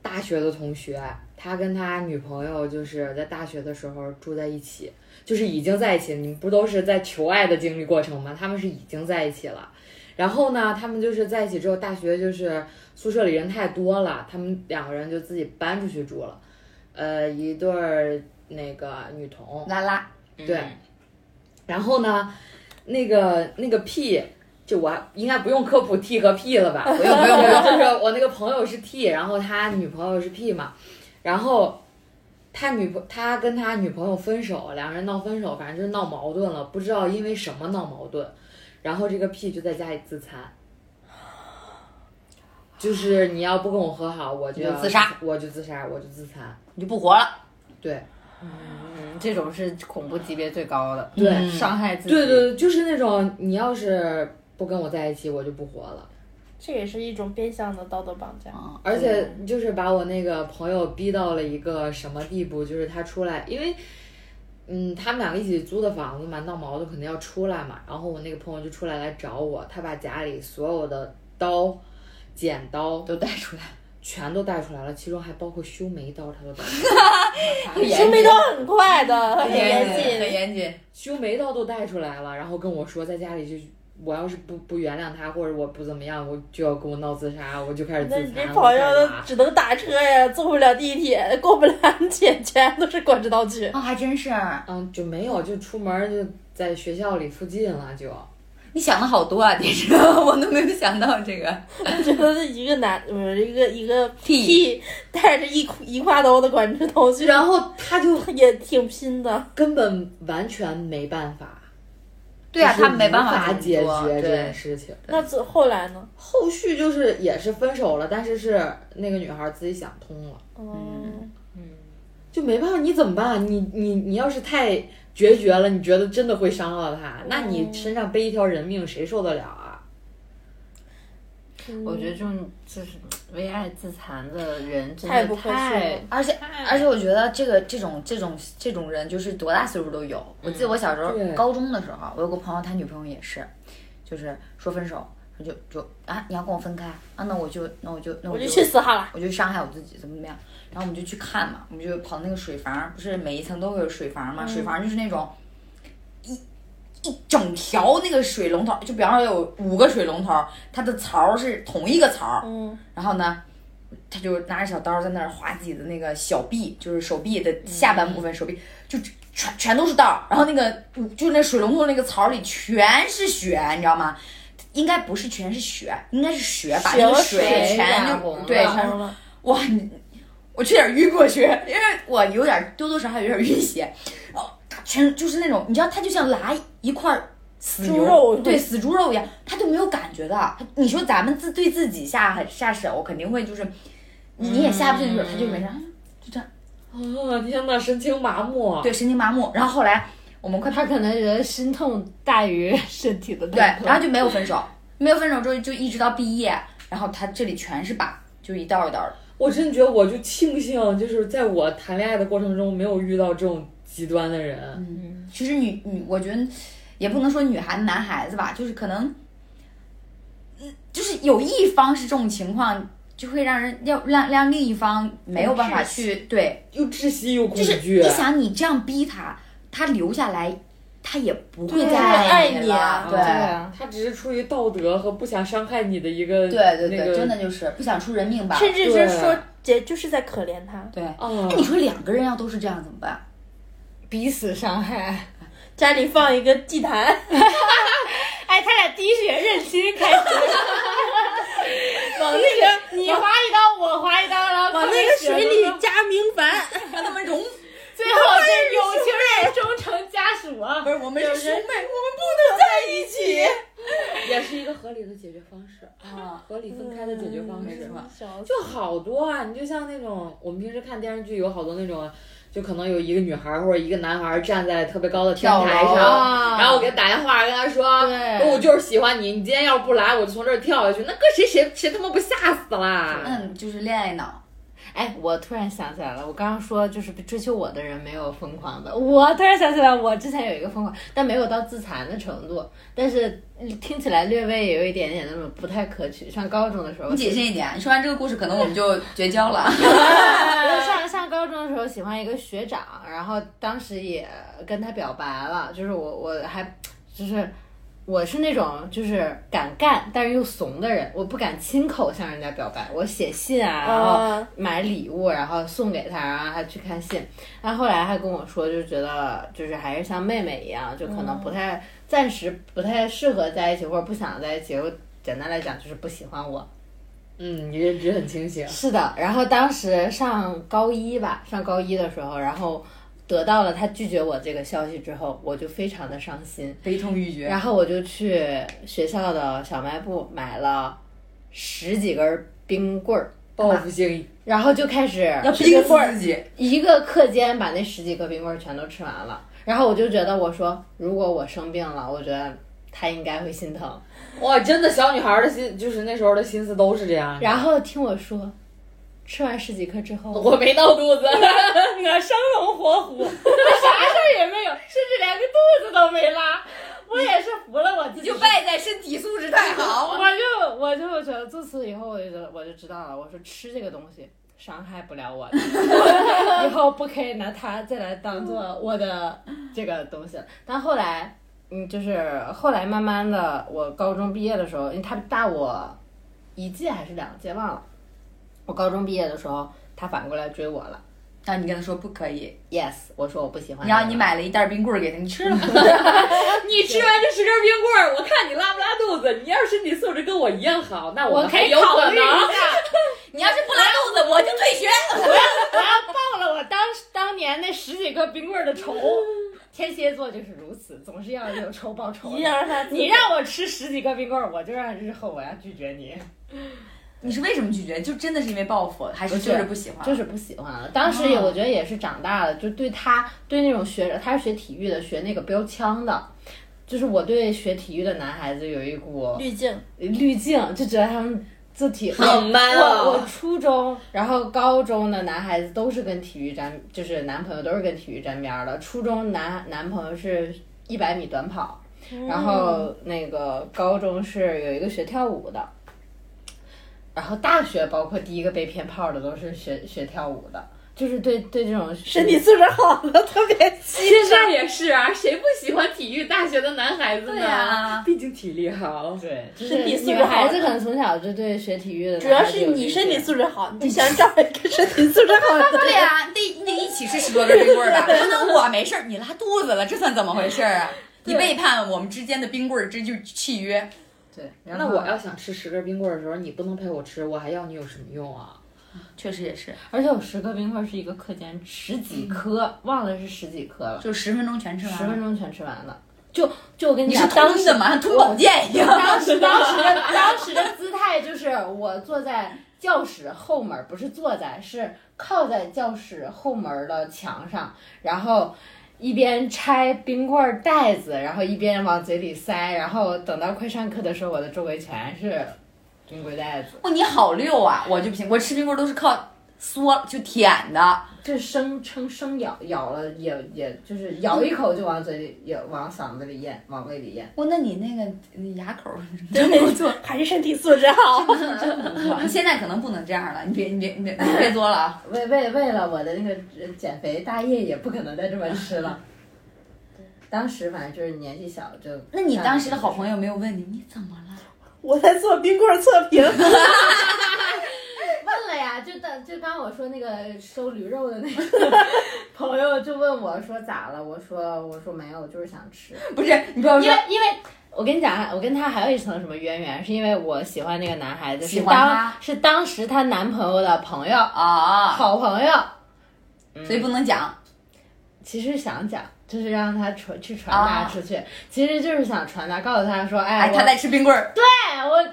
Speaker 1: 大学的同学，他跟他女朋友就是在大学的时候住在一起，就是已经在一起。你们不都是在求爱的经历过程吗？他们是已经在一起了。然后呢，他们就是在一起之后，大学就是宿舍里人太多了，他们两个人就自己搬出去住了。呃，一对儿那个女同”，
Speaker 2: 拉拉，
Speaker 4: 嗯
Speaker 1: 对然后呢，那个那个 P，就我应该不用科普 T 和 P 了吧？
Speaker 2: 不用不用不用，
Speaker 1: 对，就是我那个朋友是 T，然后他女朋友是 P 嘛，然后他女朋他跟他女朋友分手，两个人闹分手，反正就是闹矛盾了，不知道因为什么闹矛盾，然后这个 P 就在家里自残。就是你要不跟我和好，我就
Speaker 2: 你就
Speaker 1: 要
Speaker 2: 自杀，
Speaker 1: 我就自杀，我就自残。
Speaker 2: 你就不活了。
Speaker 1: 对，
Speaker 4: 嗯，这种是恐怖级别最高的，
Speaker 1: 对
Speaker 2: 嗯
Speaker 4: 伤害自己。
Speaker 1: 对对，对，就是那种你要是不跟我在一起，我就不活了。
Speaker 3: 这也是一种变相的道德绑架。
Speaker 2: 嗯
Speaker 1: 而且就是把我那个朋友逼到了一个什么地步，就是他出来，因为，嗯，他们两个一起租的房子嘛，闹矛盾肯定要出来嘛。然后我那个朋友就出来来找我，他把家里所有的刀、剪刀
Speaker 2: 都带出来，
Speaker 1: 全都带出来了，其中还包括修眉刀，他都带出来了。
Speaker 2: 很
Speaker 3: 修眉
Speaker 2: 谨
Speaker 3: 刀很快的，很严
Speaker 2: 很
Speaker 3: 谨。
Speaker 2: 严谨。
Speaker 1: 修眉刀都带出来了，然后跟我说在家里就。我要是不不原谅他，或者我不怎么样，我就要跟我闹自杀，我就开始自
Speaker 3: 那
Speaker 1: 残。
Speaker 3: 你这
Speaker 1: 我
Speaker 3: 朋友
Speaker 1: 干
Speaker 3: 都
Speaker 1: 嘛
Speaker 3: 只能打车呀，坐不了地铁，过不了 安检，全都是管制刀具。
Speaker 2: 哦，还真是，
Speaker 1: 嗯，就没有，就出门儿就在学校里附近了，就
Speaker 2: 你想的好多啊，电视，我都没有想到这个。
Speaker 3: 我觉得一个男，不是一个一个
Speaker 2: T
Speaker 3: T 带着一一挎兜的管制刀具，
Speaker 1: 然后他就
Speaker 3: 也挺拼的。
Speaker 1: 根本完全没办法，
Speaker 2: 对啊，
Speaker 1: 就是
Speaker 2: 他们没办
Speaker 1: 无法解
Speaker 2: 这么
Speaker 1: 决这
Speaker 2: 做
Speaker 1: 件
Speaker 2: 对，
Speaker 1: 事情。
Speaker 3: 那最后来呢？
Speaker 1: 后续就是也是分手了，但是是那个女孩自己想通了，
Speaker 3: 嗯，
Speaker 1: 就没办法，你怎么办？啊你你你要是太决绝了，你觉得真的会伤到她，那
Speaker 2: 哦
Speaker 1: 你身上背一条人命，谁受得了啊？
Speaker 3: 哦嗯
Speaker 4: 我觉得这种就是为爱自残的人，真
Speaker 3: 太
Speaker 4: 的
Speaker 3: 不可思
Speaker 4: 太
Speaker 3: 议
Speaker 2: 而且而且我觉得这个这种这种这种人就是多大岁数都有。我记得我小时候
Speaker 1: 对
Speaker 2: 高中的时候，我有个朋友，他女朋友也是，就是说分手，他就就啊你要跟我分开啊，那我就那我就那
Speaker 3: 我
Speaker 2: 我
Speaker 3: 就
Speaker 2: 就
Speaker 3: 去死哈了。
Speaker 2: 我就伤害我自己，怎么怎么样。然后我们就去看嘛，我们就跑那个水房，不是每一层都会有水房嘛？水房就是那种一一整条那个水龙头，就比方说有五个水龙头，它的槽儿是同一个槽儿。
Speaker 3: 嗯，
Speaker 2: 然后呢，他就拿着小刀在那儿划自己的那个小臂，就是手臂的下半部分，手臂就全全都是道儿。然后那个五就是那水龙头那个槽儿里全是血，你知道吗？应该不是全是血，应该是血把那
Speaker 3: 血
Speaker 2: 个
Speaker 3: 和
Speaker 2: 水全
Speaker 3: 水
Speaker 4: 染
Speaker 2: 就
Speaker 4: 红
Speaker 2: 对啊
Speaker 4: 了
Speaker 2: 全
Speaker 3: 好了
Speaker 2: 哇，你我差点晕过去，因为我有点多多少少有点晕血，然后全就是那种，你知道，他就像拉一块儿死
Speaker 3: 猪
Speaker 2: 牛
Speaker 3: 肉
Speaker 2: 对，死猪肉一样，他就没有感觉的。他你说咱们自对自己下下手，肯定会就是你你也下不去的时候，他就没啥，就这样，哦
Speaker 1: 啊，天呐，神经麻木。
Speaker 2: 对，神经麻木。啊然后后来我们快
Speaker 4: 他可能觉得心痛大于身体的
Speaker 2: 对，
Speaker 4: 疼痛。
Speaker 2: 然后就没有分手，没有分手之后就一直到毕业，然后他这里全是疤，就是一道一道的。
Speaker 1: 我真觉得我就庆幸，就是在我谈恋爱的过程中没有遇到这种极端的人。
Speaker 2: 嗯其实女女，我觉得也不能说女孩子男孩子吧，就是可能，嗯，就是有一方是这种情况，就会让人要让让另一方没有办法去对，
Speaker 1: 又窒息又恐
Speaker 2: 就是
Speaker 1: 惧。
Speaker 2: 你想你这样逼他，他留下来，他也不会
Speaker 3: 对
Speaker 2: 再
Speaker 3: 他爱
Speaker 2: 你
Speaker 3: 你啊
Speaker 2: 了，
Speaker 4: 对啊，
Speaker 1: 他只是出于道德和不想伤害你的一个
Speaker 2: 对对对
Speaker 1: 那个
Speaker 2: 真的就是不想出人命吧，
Speaker 3: 甚至是
Speaker 1: 对
Speaker 3: 说，姐就是在可怜他，
Speaker 2: 对。
Speaker 1: 哦
Speaker 2: 那你说两个人要都是这样怎么办？
Speaker 4: 彼此伤害。
Speaker 3: 家里放一个祭坛，
Speaker 4: 哎，他俩第一学认亲开始，
Speaker 3: 往那个
Speaker 4: 你划一刀，我划一刀，然后
Speaker 3: 往那个水里加明矾，
Speaker 2: 让他们 融，
Speaker 4: 最后是有情人终成家属啊。
Speaker 2: 不是我们是兄妹，我们不能
Speaker 3: 在一起。
Speaker 1: 合理的解决方式，
Speaker 2: 啊，嗯
Speaker 1: 合理分开的解决方式。
Speaker 2: 没错
Speaker 3: 小
Speaker 1: 就好多啊！你就像那种我们平时看电视剧，有好多那种，就可能有一个女孩儿或者一个男孩儿站在特别高的天
Speaker 2: 跳
Speaker 1: 台
Speaker 2: 楼
Speaker 1: 上，
Speaker 4: 啊
Speaker 1: 然后我给他打电话，跟他说，哦
Speaker 2: 对
Speaker 1: 我就是喜欢你，你今天要是不来，我就从这儿跳下去，那搁谁谁谁他妈不吓死啦？
Speaker 2: 嗯，就是恋爱脑，
Speaker 4: 哎，我突然想起来了，我刚刚说就是追求我的人没有疯狂的，我突然想起来，我之前有一个疯狂，但没有到自残的程度，但是听起来略微也有一点点那种不太可取。上高中的时候，
Speaker 2: 你谨慎一点。你说完这个故事，可能我们就绝交了。
Speaker 4: 我上上高中的时候喜欢一个学长，然后当时也跟他表白了，就是我我还就是我是那种就是敢干但是又怂的人，我不敢亲口向人家表白，我写信啊，然后
Speaker 3: 啊
Speaker 4: 买礼物，然后送给他，然后他去看信。他后来还跟我说，就觉得就是还是像妹妹一样，就可能不太、暂时不太适合在一起，或者不想在一起。我简单来讲就是不喜欢我。
Speaker 1: 嗯，你认知很清醒。
Speaker 4: 是的，然后当时上高一吧，上高一的时候，然后得到了他拒绝我这个消息之后，我就非常的伤心，
Speaker 2: 悲痛欲绝。
Speaker 4: 然后我就去学校的小卖部买了十几根冰棍儿，
Speaker 1: 报复性
Speaker 4: 然后就开始
Speaker 2: 要
Speaker 4: 吃冰
Speaker 2: 冰
Speaker 4: 棍
Speaker 2: 死
Speaker 4: 儿
Speaker 2: 自，己，
Speaker 4: 一个课间把那十几个冰棍儿全都吃完了。然后我就觉得，我说如果我生病了，我觉得他应该会心疼。
Speaker 1: 哇，真的小女孩儿的心，就是那时候的心思都是这样的。
Speaker 4: 然后听我说，吃完十几颗之后，
Speaker 1: 我没闹肚子，
Speaker 4: 啊
Speaker 1: 我生龙活 虎。
Speaker 4: 事儿也没有，甚至连个肚子都没拉，我也是服了我自己。
Speaker 2: 就败在身体素质太好。
Speaker 4: 我就我就觉得自此以后，我就觉得我就知道了，我说吃这个东西伤害不了我的， 以后不可以拿它再来当做我的这个东西了。但后来，嗯，就是后来慢慢的，我高中毕业的时候，因为他大我一届还是两届忘了，我高中毕业的时候，他反过来追我了。
Speaker 2: 那你跟他说不可以，
Speaker 4: Yes，我说我不喜欢。
Speaker 2: 然后你买了一袋冰棍儿给他，你吃了吗？
Speaker 4: 嗯
Speaker 1: 你吃完这十根冰棍儿，我看你拉不拉肚子。你要是身体素质跟我一样好，那
Speaker 4: 我
Speaker 1: 们
Speaker 4: 可
Speaker 1: 还
Speaker 4: 以
Speaker 1: 有
Speaker 4: 考
Speaker 1: 可
Speaker 4: 虑一
Speaker 1: 能。
Speaker 4: 下。
Speaker 2: 你要是不拉肚子，我就退学。
Speaker 4: 我要报了我当时当年那十几个冰棍儿的 仇。天蝎座就是如此，总是要有仇报仇的。
Speaker 3: 一二三四
Speaker 4: 你让我吃十几个冰棍儿，我就让日后我要拒绝你，
Speaker 2: 你是为什么拒绝？就真的是因为报复，还是
Speaker 4: 不是
Speaker 2: 就是不喜欢？
Speaker 4: 就是不喜欢了。啊当时也
Speaker 2: 哦
Speaker 4: 我觉得也是长大了，就对他对那种学他是学体育的，学那个标枪的，就是我对学体育的男孩子有一股
Speaker 3: 滤镜，
Speaker 4: 滤镜，就觉得他们字体
Speaker 1: 好 man
Speaker 4: 我
Speaker 1: 哦
Speaker 4: 我初中，然后高中的男孩子都是跟体育沾，就是男朋友都是跟体育沾边儿的。初中男男朋友是一百米短跑，然后那个高中是有一个学跳舞的，然后大学包括第一个被骗炮的都是学学跳舞的，就是对对这种
Speaker 3: 身体素质好了，特别
Speaker 1: 其实也是啊，谁不喜欢体育大学的男孩子呢？
Speaker 2: 对啊
Speaker 1: 毕竟体力好。
Speaker 4: 对，就
Speaker 3: 身体
Speaker 4: 是
Speaker 3: 素
Speaker 4: 女
Speaker 3: 质好
Speaker 4: 孩子可能从小就对学体育 的
Speaker 3: 主要
Speaker 4: 男孩子
Speaker 3: 是
Speaker 4: 有
Speaker 3: 你
Speaker 4: 滤
Speaker 3: 身体
Speaker 4: 镜
Speaker 3: 素质好，你就想找一个身体素质好的。
Speaker 2: 对呀、你得你得一起吃十多根冰棍 儿吧？不能我没事儿，你拉肚子了，这算怎么回事儿啊？你背叛我们之间的冰棍儿，这就是契约。
Speaker 4: 对，然
Speaker 1: 那
Speaker 4: 后
Speaker 1: 我要想吃十根冰棍儿的时候，你不能陪我吃，我还要你有什么用啊？
Speaker 2: 确实也是，
Speaker 4: 而且我十颗冰块是一个课间十
Speaker 3: 嗯
Speaker 4: 几颗，忘了是十几颗了，
Speaker 2: 就十分钟全吃
Speaker 4: 十
Speaker 2: 完
Speaker 4: 分
Speaker 2: 了。
Speaker 4: 钟全吃完了。就就我跟
Speaker 2: 你是
Speaker 4: 讲，当
Speaker 2: 吞
Speaker 4: 时
Speaker 2: 的吗？像吞宝剑一样。
Speaker 4: 当 时当时的当时的姿态就是我坐在教室后门儿，不是坐在，是靠在教室后门儿的墙上，然后。一边拆冰棍儿袋子，然后一边往嘴里塞，然后等到快上课的时候，我的周围全是冰棍儿袋子，
Speaker 2: 哇， 你好溜啊！我就不行，我吃冰棍儿都是靠嗦就舔的。
Speaker 4: 这生生生咬咬了也也就是咬一口就往嘴里也往嗓子里咽，往胃里咽。
Speaker 2: 哇，哦那你那个你牙口儿 真不
Speaker 3: 对， 还是身体素质好。
Speaker 2: 错。你现在可能不能这样了，你别你别你别你别作了啊！
Speaker 4: 为为为了我的那个呃减肥大业，也不可能再这么吃 了。当时反正就是年纪小就。
Speaker 2: 那你当时的好朋友没有问你你怎么了？
Speaker 3: 我在做冰棍测评，
Speaker 4: 问了呀，就当就刚我说那个收驴肉的那个 朋友就问我说咋了，我说我说没有，就是想吃。
Speaker 2: 不是，你不要
Speaker 4: 因
Speaker 2: 说
Speaker 4: 为因为我跟你讲啊，我跟他还有一层什么渊源，是因为我喜欢那个男孩子，
Speaker 2: 喜
Speaker 4: 是
Speaker 2: 欢
Speaker 4: 当
Speaker 2: 他
Speaker 4: 是当时她男朋友的朋友，
Speaker 2: 啊，
Speaker 4: 好朋友。
Speaker 2: 所以不能讲。
Speaker 4: 其实想讲，就是让他传去传达出去，其实就是想传达，告诉他说，啊哎，
Speaker 2: 哎，
Speaker 4: 我
Speaker 2: 他在吃冰棍儿，
Speaker 4: 哎我为了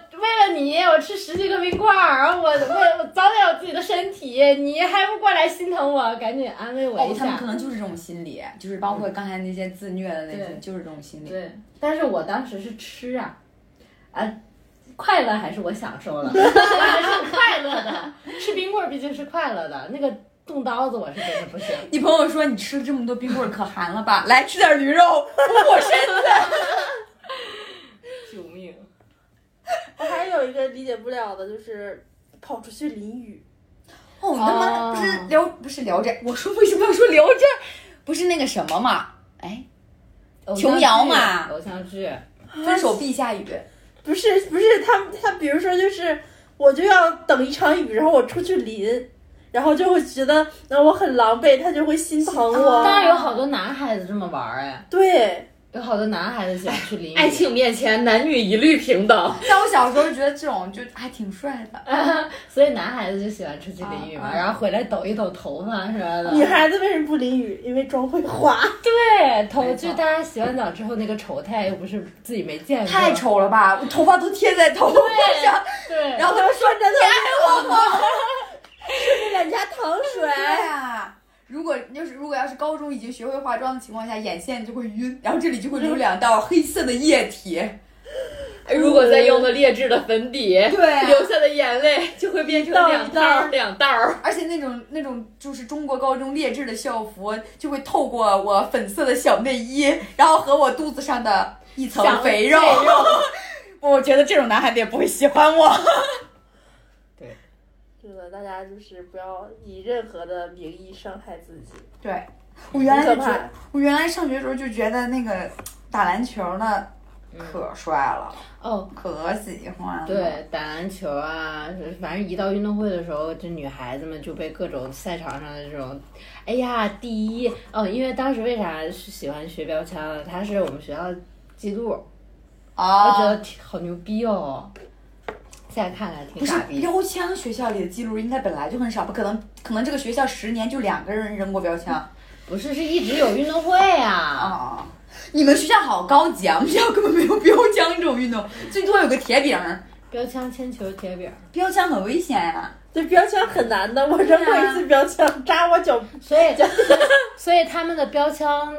Speaker 4: 你，我吃十几个冰棍儿，然后我为我早点有自己的身体，你还不过来心疼我，赶紧安慰我
Speaker 2: 哦
Speaker 4: 一，
Speaker 2: 他
Speaker 4: 下。
Speaker 2: 们可能就是这种心理，就是包括刚才那些自虐的那
Speaker 4: 对
Speaker 2: 种，就是这种心理。
Speaker 4: 对，但是我当时是吃啊，啊，快乐还是我享受 了，我还是快乐的。吃冰棍儿毕竟是快乐的，那个动刀子我是真的不行。
Speaker 2: 你朋友说你吃了这么多冰棍儿，可寒了吧？来吃点驴肉 补补身子。
Speaker 4: 救命！
Speaker 3: 我还有一个理解不了的就是跑出去淋雨，
Speaker 2: 哦，你他妈
Speaker 4: 哦
Speaker 2: 不是聊不是聊这，我说为什么要说聊这？不是那个什么嘛？哎，琼瑶嘛
Speaker 4: 偶像剧，
Speaker 2: 分手必下雨。
Speaker 3: 不是不是他他比如说就是我就要等一场雨，然后我出去淋，然后就会觉得那我很狼狈，他就会心疼我。
Speaker 2: 啊
Speaker 4: 当然有好多男孩子这么玩儿哎，
Speaker 3: 对，
Speaker 4: 有好多男孩子喜欢去淋雨。
Speaker 1: 爱情面前，男女一律平等。
Speaker 2: 但我小时候觉得这种就还挺帅的，
Speaker 4: 所以男孩子就喜欢出去淋雨嘛，
Speaker 2: 啊啊
Speaker 4: 然后回来抖一抖头发什么的。
Speaker 3: 女孩子为什么不淋雨？因为妆会花。
Speaker 4: 对头，
Speaker 2: 没
Speaker 4: 就
Speaker 2: 错
Speaker 4: 大家洗完澡之后那个丑态，又不是自己没见过，
Speaker 2: 太。丑了吧？我头发都贴在头发上，
Speaker 4: 对，
Speaker 2: 然后他们说真的
Speaker 3: 脸颊淌水，
Speaker 2: 对哎呀。如果就是如果要是高中已经学会化妆的情况下，眼线就会晕，然后这里就会流两道黑色的液 体。
Speaker 1: 如果再用了劣质的粉底，
Speaker 2: 对啊
Speaker 1: 流下的眼泪就会变成两道儿两道儿。
Speaker 2: 而且那种那种就是中国高中劣质的校服，就会透过我粉色的小内衣，然后和我肚子上的一层
Speaker 4: 小
Speaker 2: 肥肉。 我觉得这种男孩子也不会喜欢我。
Speaker 3: 是的，大家就是不要以任何的名义伤害自己。
Speaker 2: 对，我原来就
Speaker 3: 很
Speaker 2: 觉
Speaker 3: 可怕
Speaker 2: 得，我原来上学的时候就觉得那个打篮球的可帅了，
Speaker 4: 哦，
Speaker 2: 可喜欢了。，
Speaker 4: 对，打篮球啊，反正一到运动会的时候，这女孩子们就被各种赛场上的这种，哎呀，第一哦，因为当时为啥是喜欢学标枪啊？他是我们学
Speaker 1: 哦
Speaker 4: 校记录，我觉
Speaker 2: 啊，
Speaker 4: 得挺好牛逼哦。现在看来挺
Speaker 2: 不是
Speaker 4: 傻逼。
Speaker 2: 标枪，学校里的记录应该本来就很少，不可能，可能这个学校十年就两个人扔过标枪。
Speaker 4: 不是，是一直有运动会
Speaker 1: 哦
Speaker 4: 啊。
Speaker 2: 啊， 你们学校好高级啊！我们学校根本没有标枪这种运动，最多有个铁饼儿。
Speaker 4: 标枪、铅球、铁饼，
Speaker 2: 标枪很危险啊呀、
Speaker 3: 对标枪很难的，我扔
Speaker 2: 啊
Speaker 3: 过一次标枪，扎我脚。
Speaker 4: 所以 所以他们的标枪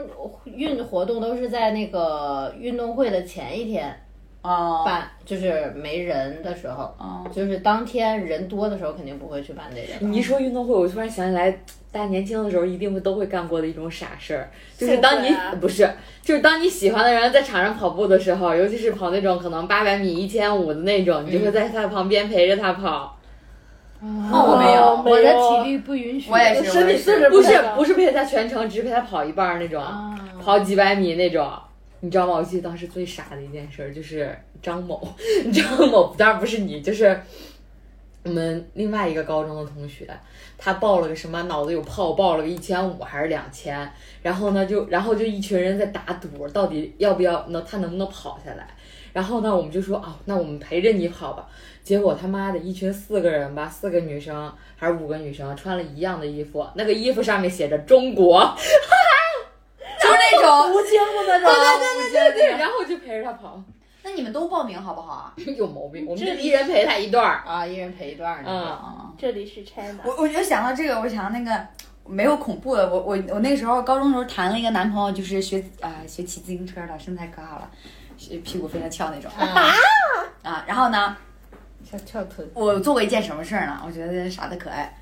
Speaker 4: 运活动都是在那个运动会的前一天
Speaker 2: 哦，
Speaker 4: 办，就是没人的时候，
Speaker 2: 哦，
Speaker 4: 就是当天人多的时候肯定不会去办这个。
Speaker 1: 你一说运动会，我突然想起来，大家年轻的时候一定会都会干过的一种傻事儿，就是当你
Speaker 3: 送花
Speaker 1: 不是，就是当你喜欢的人在场上跑步的时候，尤其是跑那种可能八百米、一千五的那种，你就
Speaker 3: 嗯
Speaker 1: 会在他旁边陪着他跑。
Speaker 4: 哦
Speaker 2: 我没有
Speaker 4: 我的
Speaker 3: 没有
Speaker 4: 体力不允许。
Speaker 2: 嗯我也是，
Speaker 3: 身体素质
Speaker 1: 不是
Speaker 3: 陪着
Speaker 1: 不是陪他全程，只是陪他跑一半儿那种，
Speaker 4: 啊
Speaker 1: 跑几百米那种。你知道吗？我记得当时最傻的一件事儿就是张某， 张某当然不是你，就是我们另外一个高中的同学，他报了个什么脑子有泡，报了个一千五还是两千，然后呢就然后就一群人在打赌，到底要不要能他能不能跑下来。然后呢，我们就说哦，那我们陪着你跑吧。结果他妈的一群四个人吧，四个女生还是五个女生，穿了一样的衣服，那个衣服上面写着中国，
Speaker 2: 就是那种。
Speaker 3: 无精的那种，
Speaker 1: 对对对，然后就陪着他跑，
Speaker 2: 那你们都报名好不好啊？
Speaker 1: 有毛病。我们就
Speaker 3: 这里
Speaker 1: 一人陪他一段儿，
Speaker 4: 啊，一人陪一段儿那个。
Speaker 1: 嗯，
Speaker 2: 啊，
Speaker 3: 这里是 China，
Speaker 2: 我我就想到这个，我想到那个没有恐怖的，我我我那时候高中时候谈了一个男朋友，就是学啊、学骑自行车的，身材可好了，是屁股非常翘那种
Speaker 4: 啊，
Speaker 2: 啊。然后呢，嗯
Speaker 4: 小翘臀。
Speaker 2: 我做过一件什么事儿呢？我觉得傻的可爱，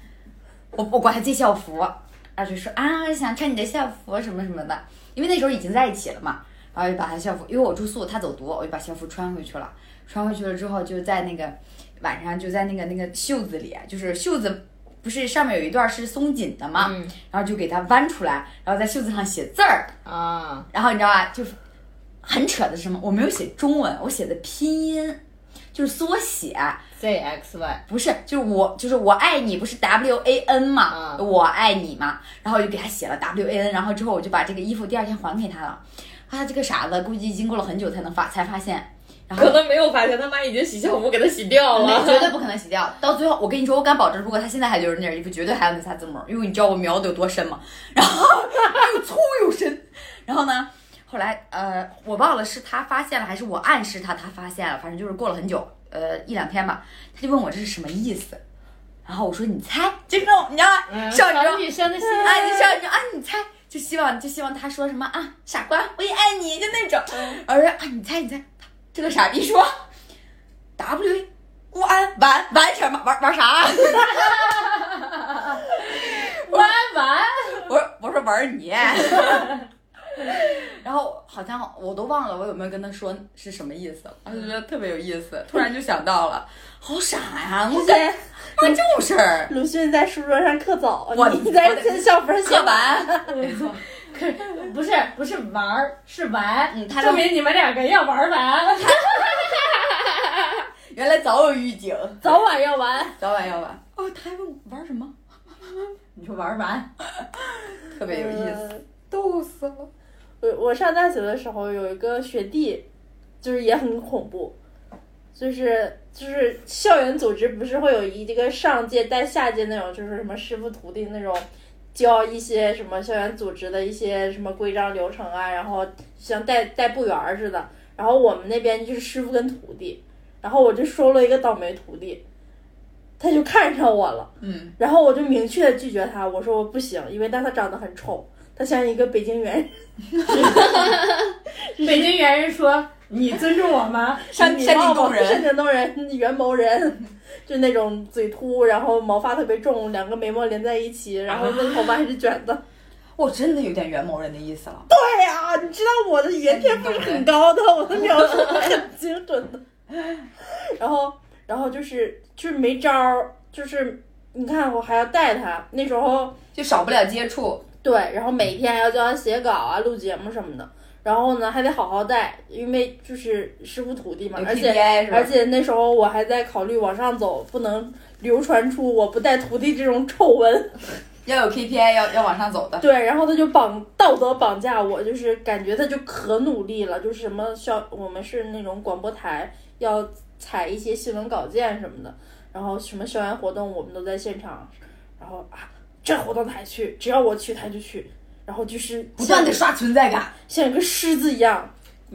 Speaker 2: 我我管他借校服，啊就说啊想穿你的校服什么什么的，因为那时候已经在一起了嘛，然后就把他校服，因为我住宿，他走读，我就把校服穿回去了，穿回去了之后就在那个晚上就在那个那个袖子里，就是袖子不是上面有一段是松紧的嘛，
Speaker 4: 嗯
Speaker 2: 然后就给它弯出来，然后在袖子上写字儿，
Speaker 4: 啊，
Speaker 2: 然后你知道吧，就是很扯的是什么？我没有写中文，我写的拼音，就是缩写。
Speaker 4: ZXY，
Speaker 2: 不是，就是我，就是我爱你，不是 W A N 嘛，
Speaker 4: 嗯
Speaker 2: 我爱你嘛，然后我就给他写了 W A N，然后之后我就把这个衣服第二天还给他了，啊，这个傻子估计经过了很久才能发才发现，然后
Speaker 1: 可能没有发现他妈已经洗校服给他洗掉
Speaker 2: 没
Speaker 1: 了。
Speaker 2: 绝对不可能洗掉。到最后，我跟你说，我敢保证，如果他现在还留着那件衣服，绝对还有那仨字母，因为你知道我瞄的有多深吗？然后又粗然后呢，后来呃，我忘了是他发现了还是我暗示他，他发现了，反正就是过了很久，呃，一两天吧，他就问我这是什么意思。然后我说你猜，就是那种你知道吗？少女
Speaker 4: 小女生的心
Speaker 2: 啊，你少女啊，你猜，就希望就希望他说什么啊，傻瓜，我也爱你，就那种。 然后说啊，你猜你猜，这个傻逼说 W 玩玩玩什么玩玩啥？啊
Speaker 4: 弯弯，
Speaker 2: 我说我说玩你。 然后好像我都忘了我有没有跟他说是什么意思了，我就觉得特别有意思，突然就想到了，好傻呀！我感觉啊这种事儿，
Speaker 3: 鲁迅在书桌上刻早，
Speaker 2: 我
Speaker 3: 你在跟小分写
Speaker 2: 写完，
Speaker 4: 不是不是玩儿，是玩，
Speaker 2: 哎嗯，他
Speaker 4: 证
Speaker 2: 都
Speaker 4: 明你们两个要玩完。
Speaker 2: 原来早有预警，
Speaker 3: 早晚要完。
Speaker 2: 早晚要玩。哦，他还问我玩什么，
Speaker 4: 你说玩完，
Speaker 2: 特别有意思，
Speaker 3: 嗯
Speaker 2: 逗死了。
Speaker 3: 我我上大学的时候有一个学弟，就是也很恐怖，就是就是校园组织不是会有一个上届带下届那种，就是什么师傅徒弟那种，教一些什么校园组织的一些什么规章流程啊，然后像带带部员儿似的。然后我们那边就是师傅跟徒弟，然后我就收了一个倒霉徒弟，他就看上我了。
Speaker 2: 嗯，
Speaker 3: 然后我就明确地拒绝他，我说我不行，因为但他长得很丑，他像一个北京猿。
Speaker 4: 北京猿人说你尊重我吗？
Speaker 2: 山
Speaker 3: 你
Speaker 2: 山
Speaker 3: 忘
Speaker 2: 顶洞
Speaker 3: 吗
Speaker 2: 人
Speaker 3: 山，顶洞人， 元谋人，就那种嘴秃，然后毛发特别重，两个眉毛连在一起，然后那头发还是卷的。
Speaker 2: 我真的有点元谋人的意思了。
Speaker 3: 对呀、你知道我的语言天赋是很高的，我的描述是很精准的。 然后，然后就是就是没招儿，就是你看我还要带他，那时候
Speaker 2: 就少不了接触，
Speaker 3: 对，然后每天还要教他写稿啊、录节目什么的。然后呢，还得好好带，因为就是师傅徒弟嘛
Speaker 2: 有，
Speaker 3: 而且
Speaker 2: PDI 是吧
Speaker 3: 而？且那时候我还在考虑往上走，不能流传出我不带徒弟这种丑闻。
Speaker 2: 要有 KPI，要要往上走的。
Speaker 3: 对，然后他就绑道德绑架我，就是感觉他就可努力了，就是什么校我们是那种广播台要采一些新闻稿件什么的，然后什么校园活动我们都在现场，然后啊这活动他还去，只要我去他就去，然后就是
Speaker 2: 不断
Speaker 3: 像
Speaker 2: 的刷存在感，
Speaker 3: 像一个狮子一样，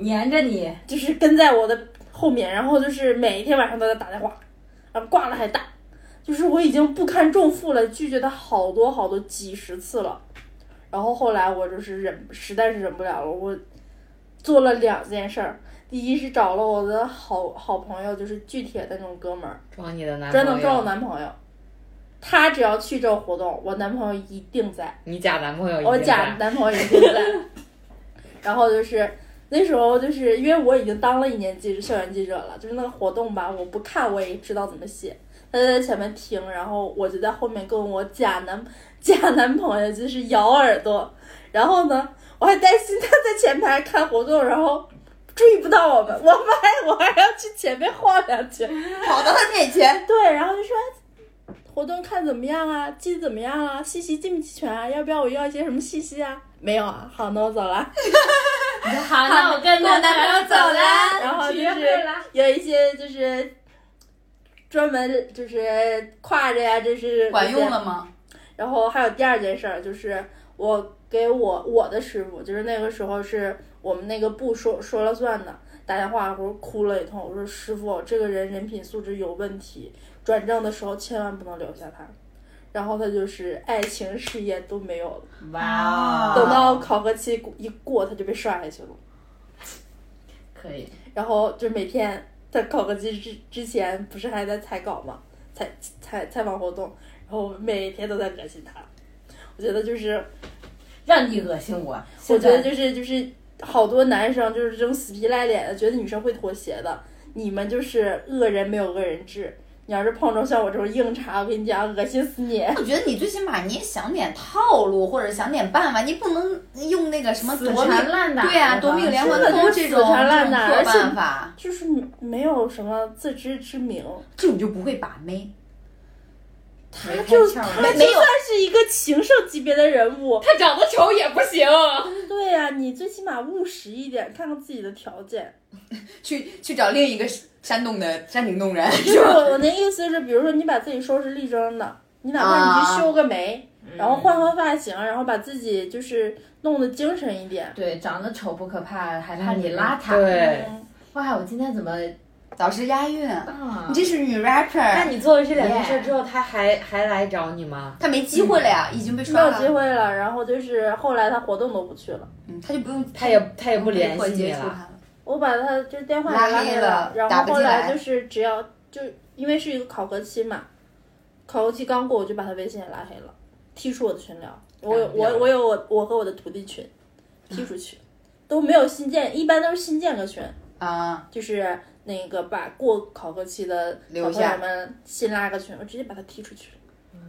Speaker 4: 粘着你，
Speaker 3: 就是跟在我的后面，然后就是每一天晚上都在打电话，然后挂了还打，就是我已经不堪重负了，拒绝他好多好多几十次了。然后后来我就是忍，实在是忍不了了，我做了两件事儿。第一是找了我的好好朋友，就是巨铁的那种哥们儿，
Speaker 1: 装你的男
Speaker 3: 专门
Speaker 1: 朋
Speaker 3: 找我
Speaker 1: 友，
Speaker 3: 男朋友。他只要去这种活动，我男朋友一定在。
Speaker 1: 你假男朋友一定啊
Speaker 3: 我
Speaker 1: 在
Speaker 3: 假男朋友已经在，然后就是那时候就是因为我已经当了一年记者校园记者了，就是那个活动吧，我不看我也知道怎么写。他就在前面听，然后我就在后面跟我假男假男朋友就是咬耳朵，然后呢，我还担心他在前排看活动，然后注意不到我们，我们还我还要去前面晃两圈，
Speaker 2: 跑到他面前，
Speaker 3: 对，然后就说活动看怎么样啊，记得怎么样啊，信息进不齐全啊，要不要我要一些什么信息啊？没有啊，好，那我走了。
Speaker 4: 好，那我跟
Speaker 2: 我男朋友走了
Speaker 3: 然后就
Speaker 4: 约
Speaker 3: 是
Speaker 4: 会了
Speaker 3: 有一些就是专门就是挎着呀、就是
Speaker 2: 管用了。吗？
Speaker 3: 然后还有第二件事儿，就是我给我我的师傅，就是那个时候是我们那个部说说了算的，打电话我说哭了一通，我说师傅，这个人人品素质有问题，转正的时候千万不能留下他。然后他就是爱情事业都没有了，
Speaker 4: 哇
Speaker 3: 等
Speaker 4: 哦，
Speaker 3: 到考核期一过，他就被刷下去了。
Speaker 4: 可以，
Speaker 3: 然后就每天在考核期之之前，不是还在采稿嘛，采采采访活动，然后每天都在恶心他。我觉得就是
Speaker 4: 让你恶心我，
Speaker 3: 我
Speaker 4: 现
Speaker 3: 觉得
Speaker 4: 在
Speaker 3: 就是就是好多男生就是这种死皮赖脸的，觉得女生会妥协的。你们就是恶人没有恶人治，你要是碰着像我这种硬茬，我跟你讲，恶心死你！
Speaker 2: 我觉得你最起码你也想点套路，或者想点办法，你不能用那个什么
Speaker 4: 死
Speaker 2: 夺命
Speaker 4: 缠烂打，
Speaker 2: 对呀、夺命连环扣这种
Speaker 3: 死缠烂打
Speaker 2: 这种
Speaker 3: 而且
Speaker 2: 破办法，
Speaker 3: 就是没有什么自知之明，
Speaker 2: 这种就不会把妹。
Speaker 4: 他
Speaker 3: 就
Speaker 2: 他
Speaker 3: 他就
Speaker 2: 没有
Speaker 3: 算是一个情圣级别的人物，嗯
Speaker 1: 他长得丑也不行。
Speaker 3: 对呀、你最起码务实一点，看看自己的条件。
Speaker 2: 去去找另一个山洞的山顶洞人，
Speaker 3: 就是我我那意思是，比如说你把自己收拾立正的，你哪怕你去修个眉，然后换换发型，然后把自己就是弄得精神一点。
Speaker 2: 对，长得丑不可怕，还怕
Speaker 4: 嗯
Speaker 2: 你邋遢。
Speaker 1: 对，
Speaker 3: 嗯
Speaker 4: 哇，我今天怎么
Speaker 2: 导师押韵，
Speaker 4: 啊
Speaker 2: 你？这是女
Speaker 1: 那
Speaker 2: rapper，
Speaker 1: 你做了这两件
Speaker 2: Yeah
Speaker 1: 事之后，他还还来找你吗？
Speaker 2: 她没机会了呀，已经被
Speaker 3: 没
Speaker 2: 刷
Speaker 3: 有机
Speaker 2: 了，
Speaker 3: 会了，然后就是后来他活动都不去了，
Speaker 2: 嗯，她就不用，
Speaker 1: 他也他也
Speaker 2: 她
Speaker 1: 不联
Speaker 2: 会
Speaker 1: 系你
Speaker 2: 接触
Speaker 1: 了。
Speaker 2: 她了。
Speaker 3: 我把他就电话也
Speaker 2: 拉黑
Speaker 3: 黑
Speaker 2: 了
Speaker 3: 然
Speaker 2: 打
Speaker 3: 后
Speaker 2: 不
Speaker 3: 后
Speaker 2: 进
Speaker 3: 来
Speaker 2: 来
Speaker 3: 就是只要就因为是一个考核期嘛，考核期刚过我就把他微信也拉黑了，踢出我的群聊，我有
Speaker 1: 干不了
Speaker 3: 我我有我我和我的徒弟群，踢出去，都没有新建，一般都是新建个群，
Speaker 2: 啊，
Speaker 3: 就是那个把过考核期的
Speaker 2: 留
Speaker 3: 小朋
Speaker 2: 下
Speaker 3: 友们新拉个群，我直接把他踢出去了。
Speaker 2: 嗯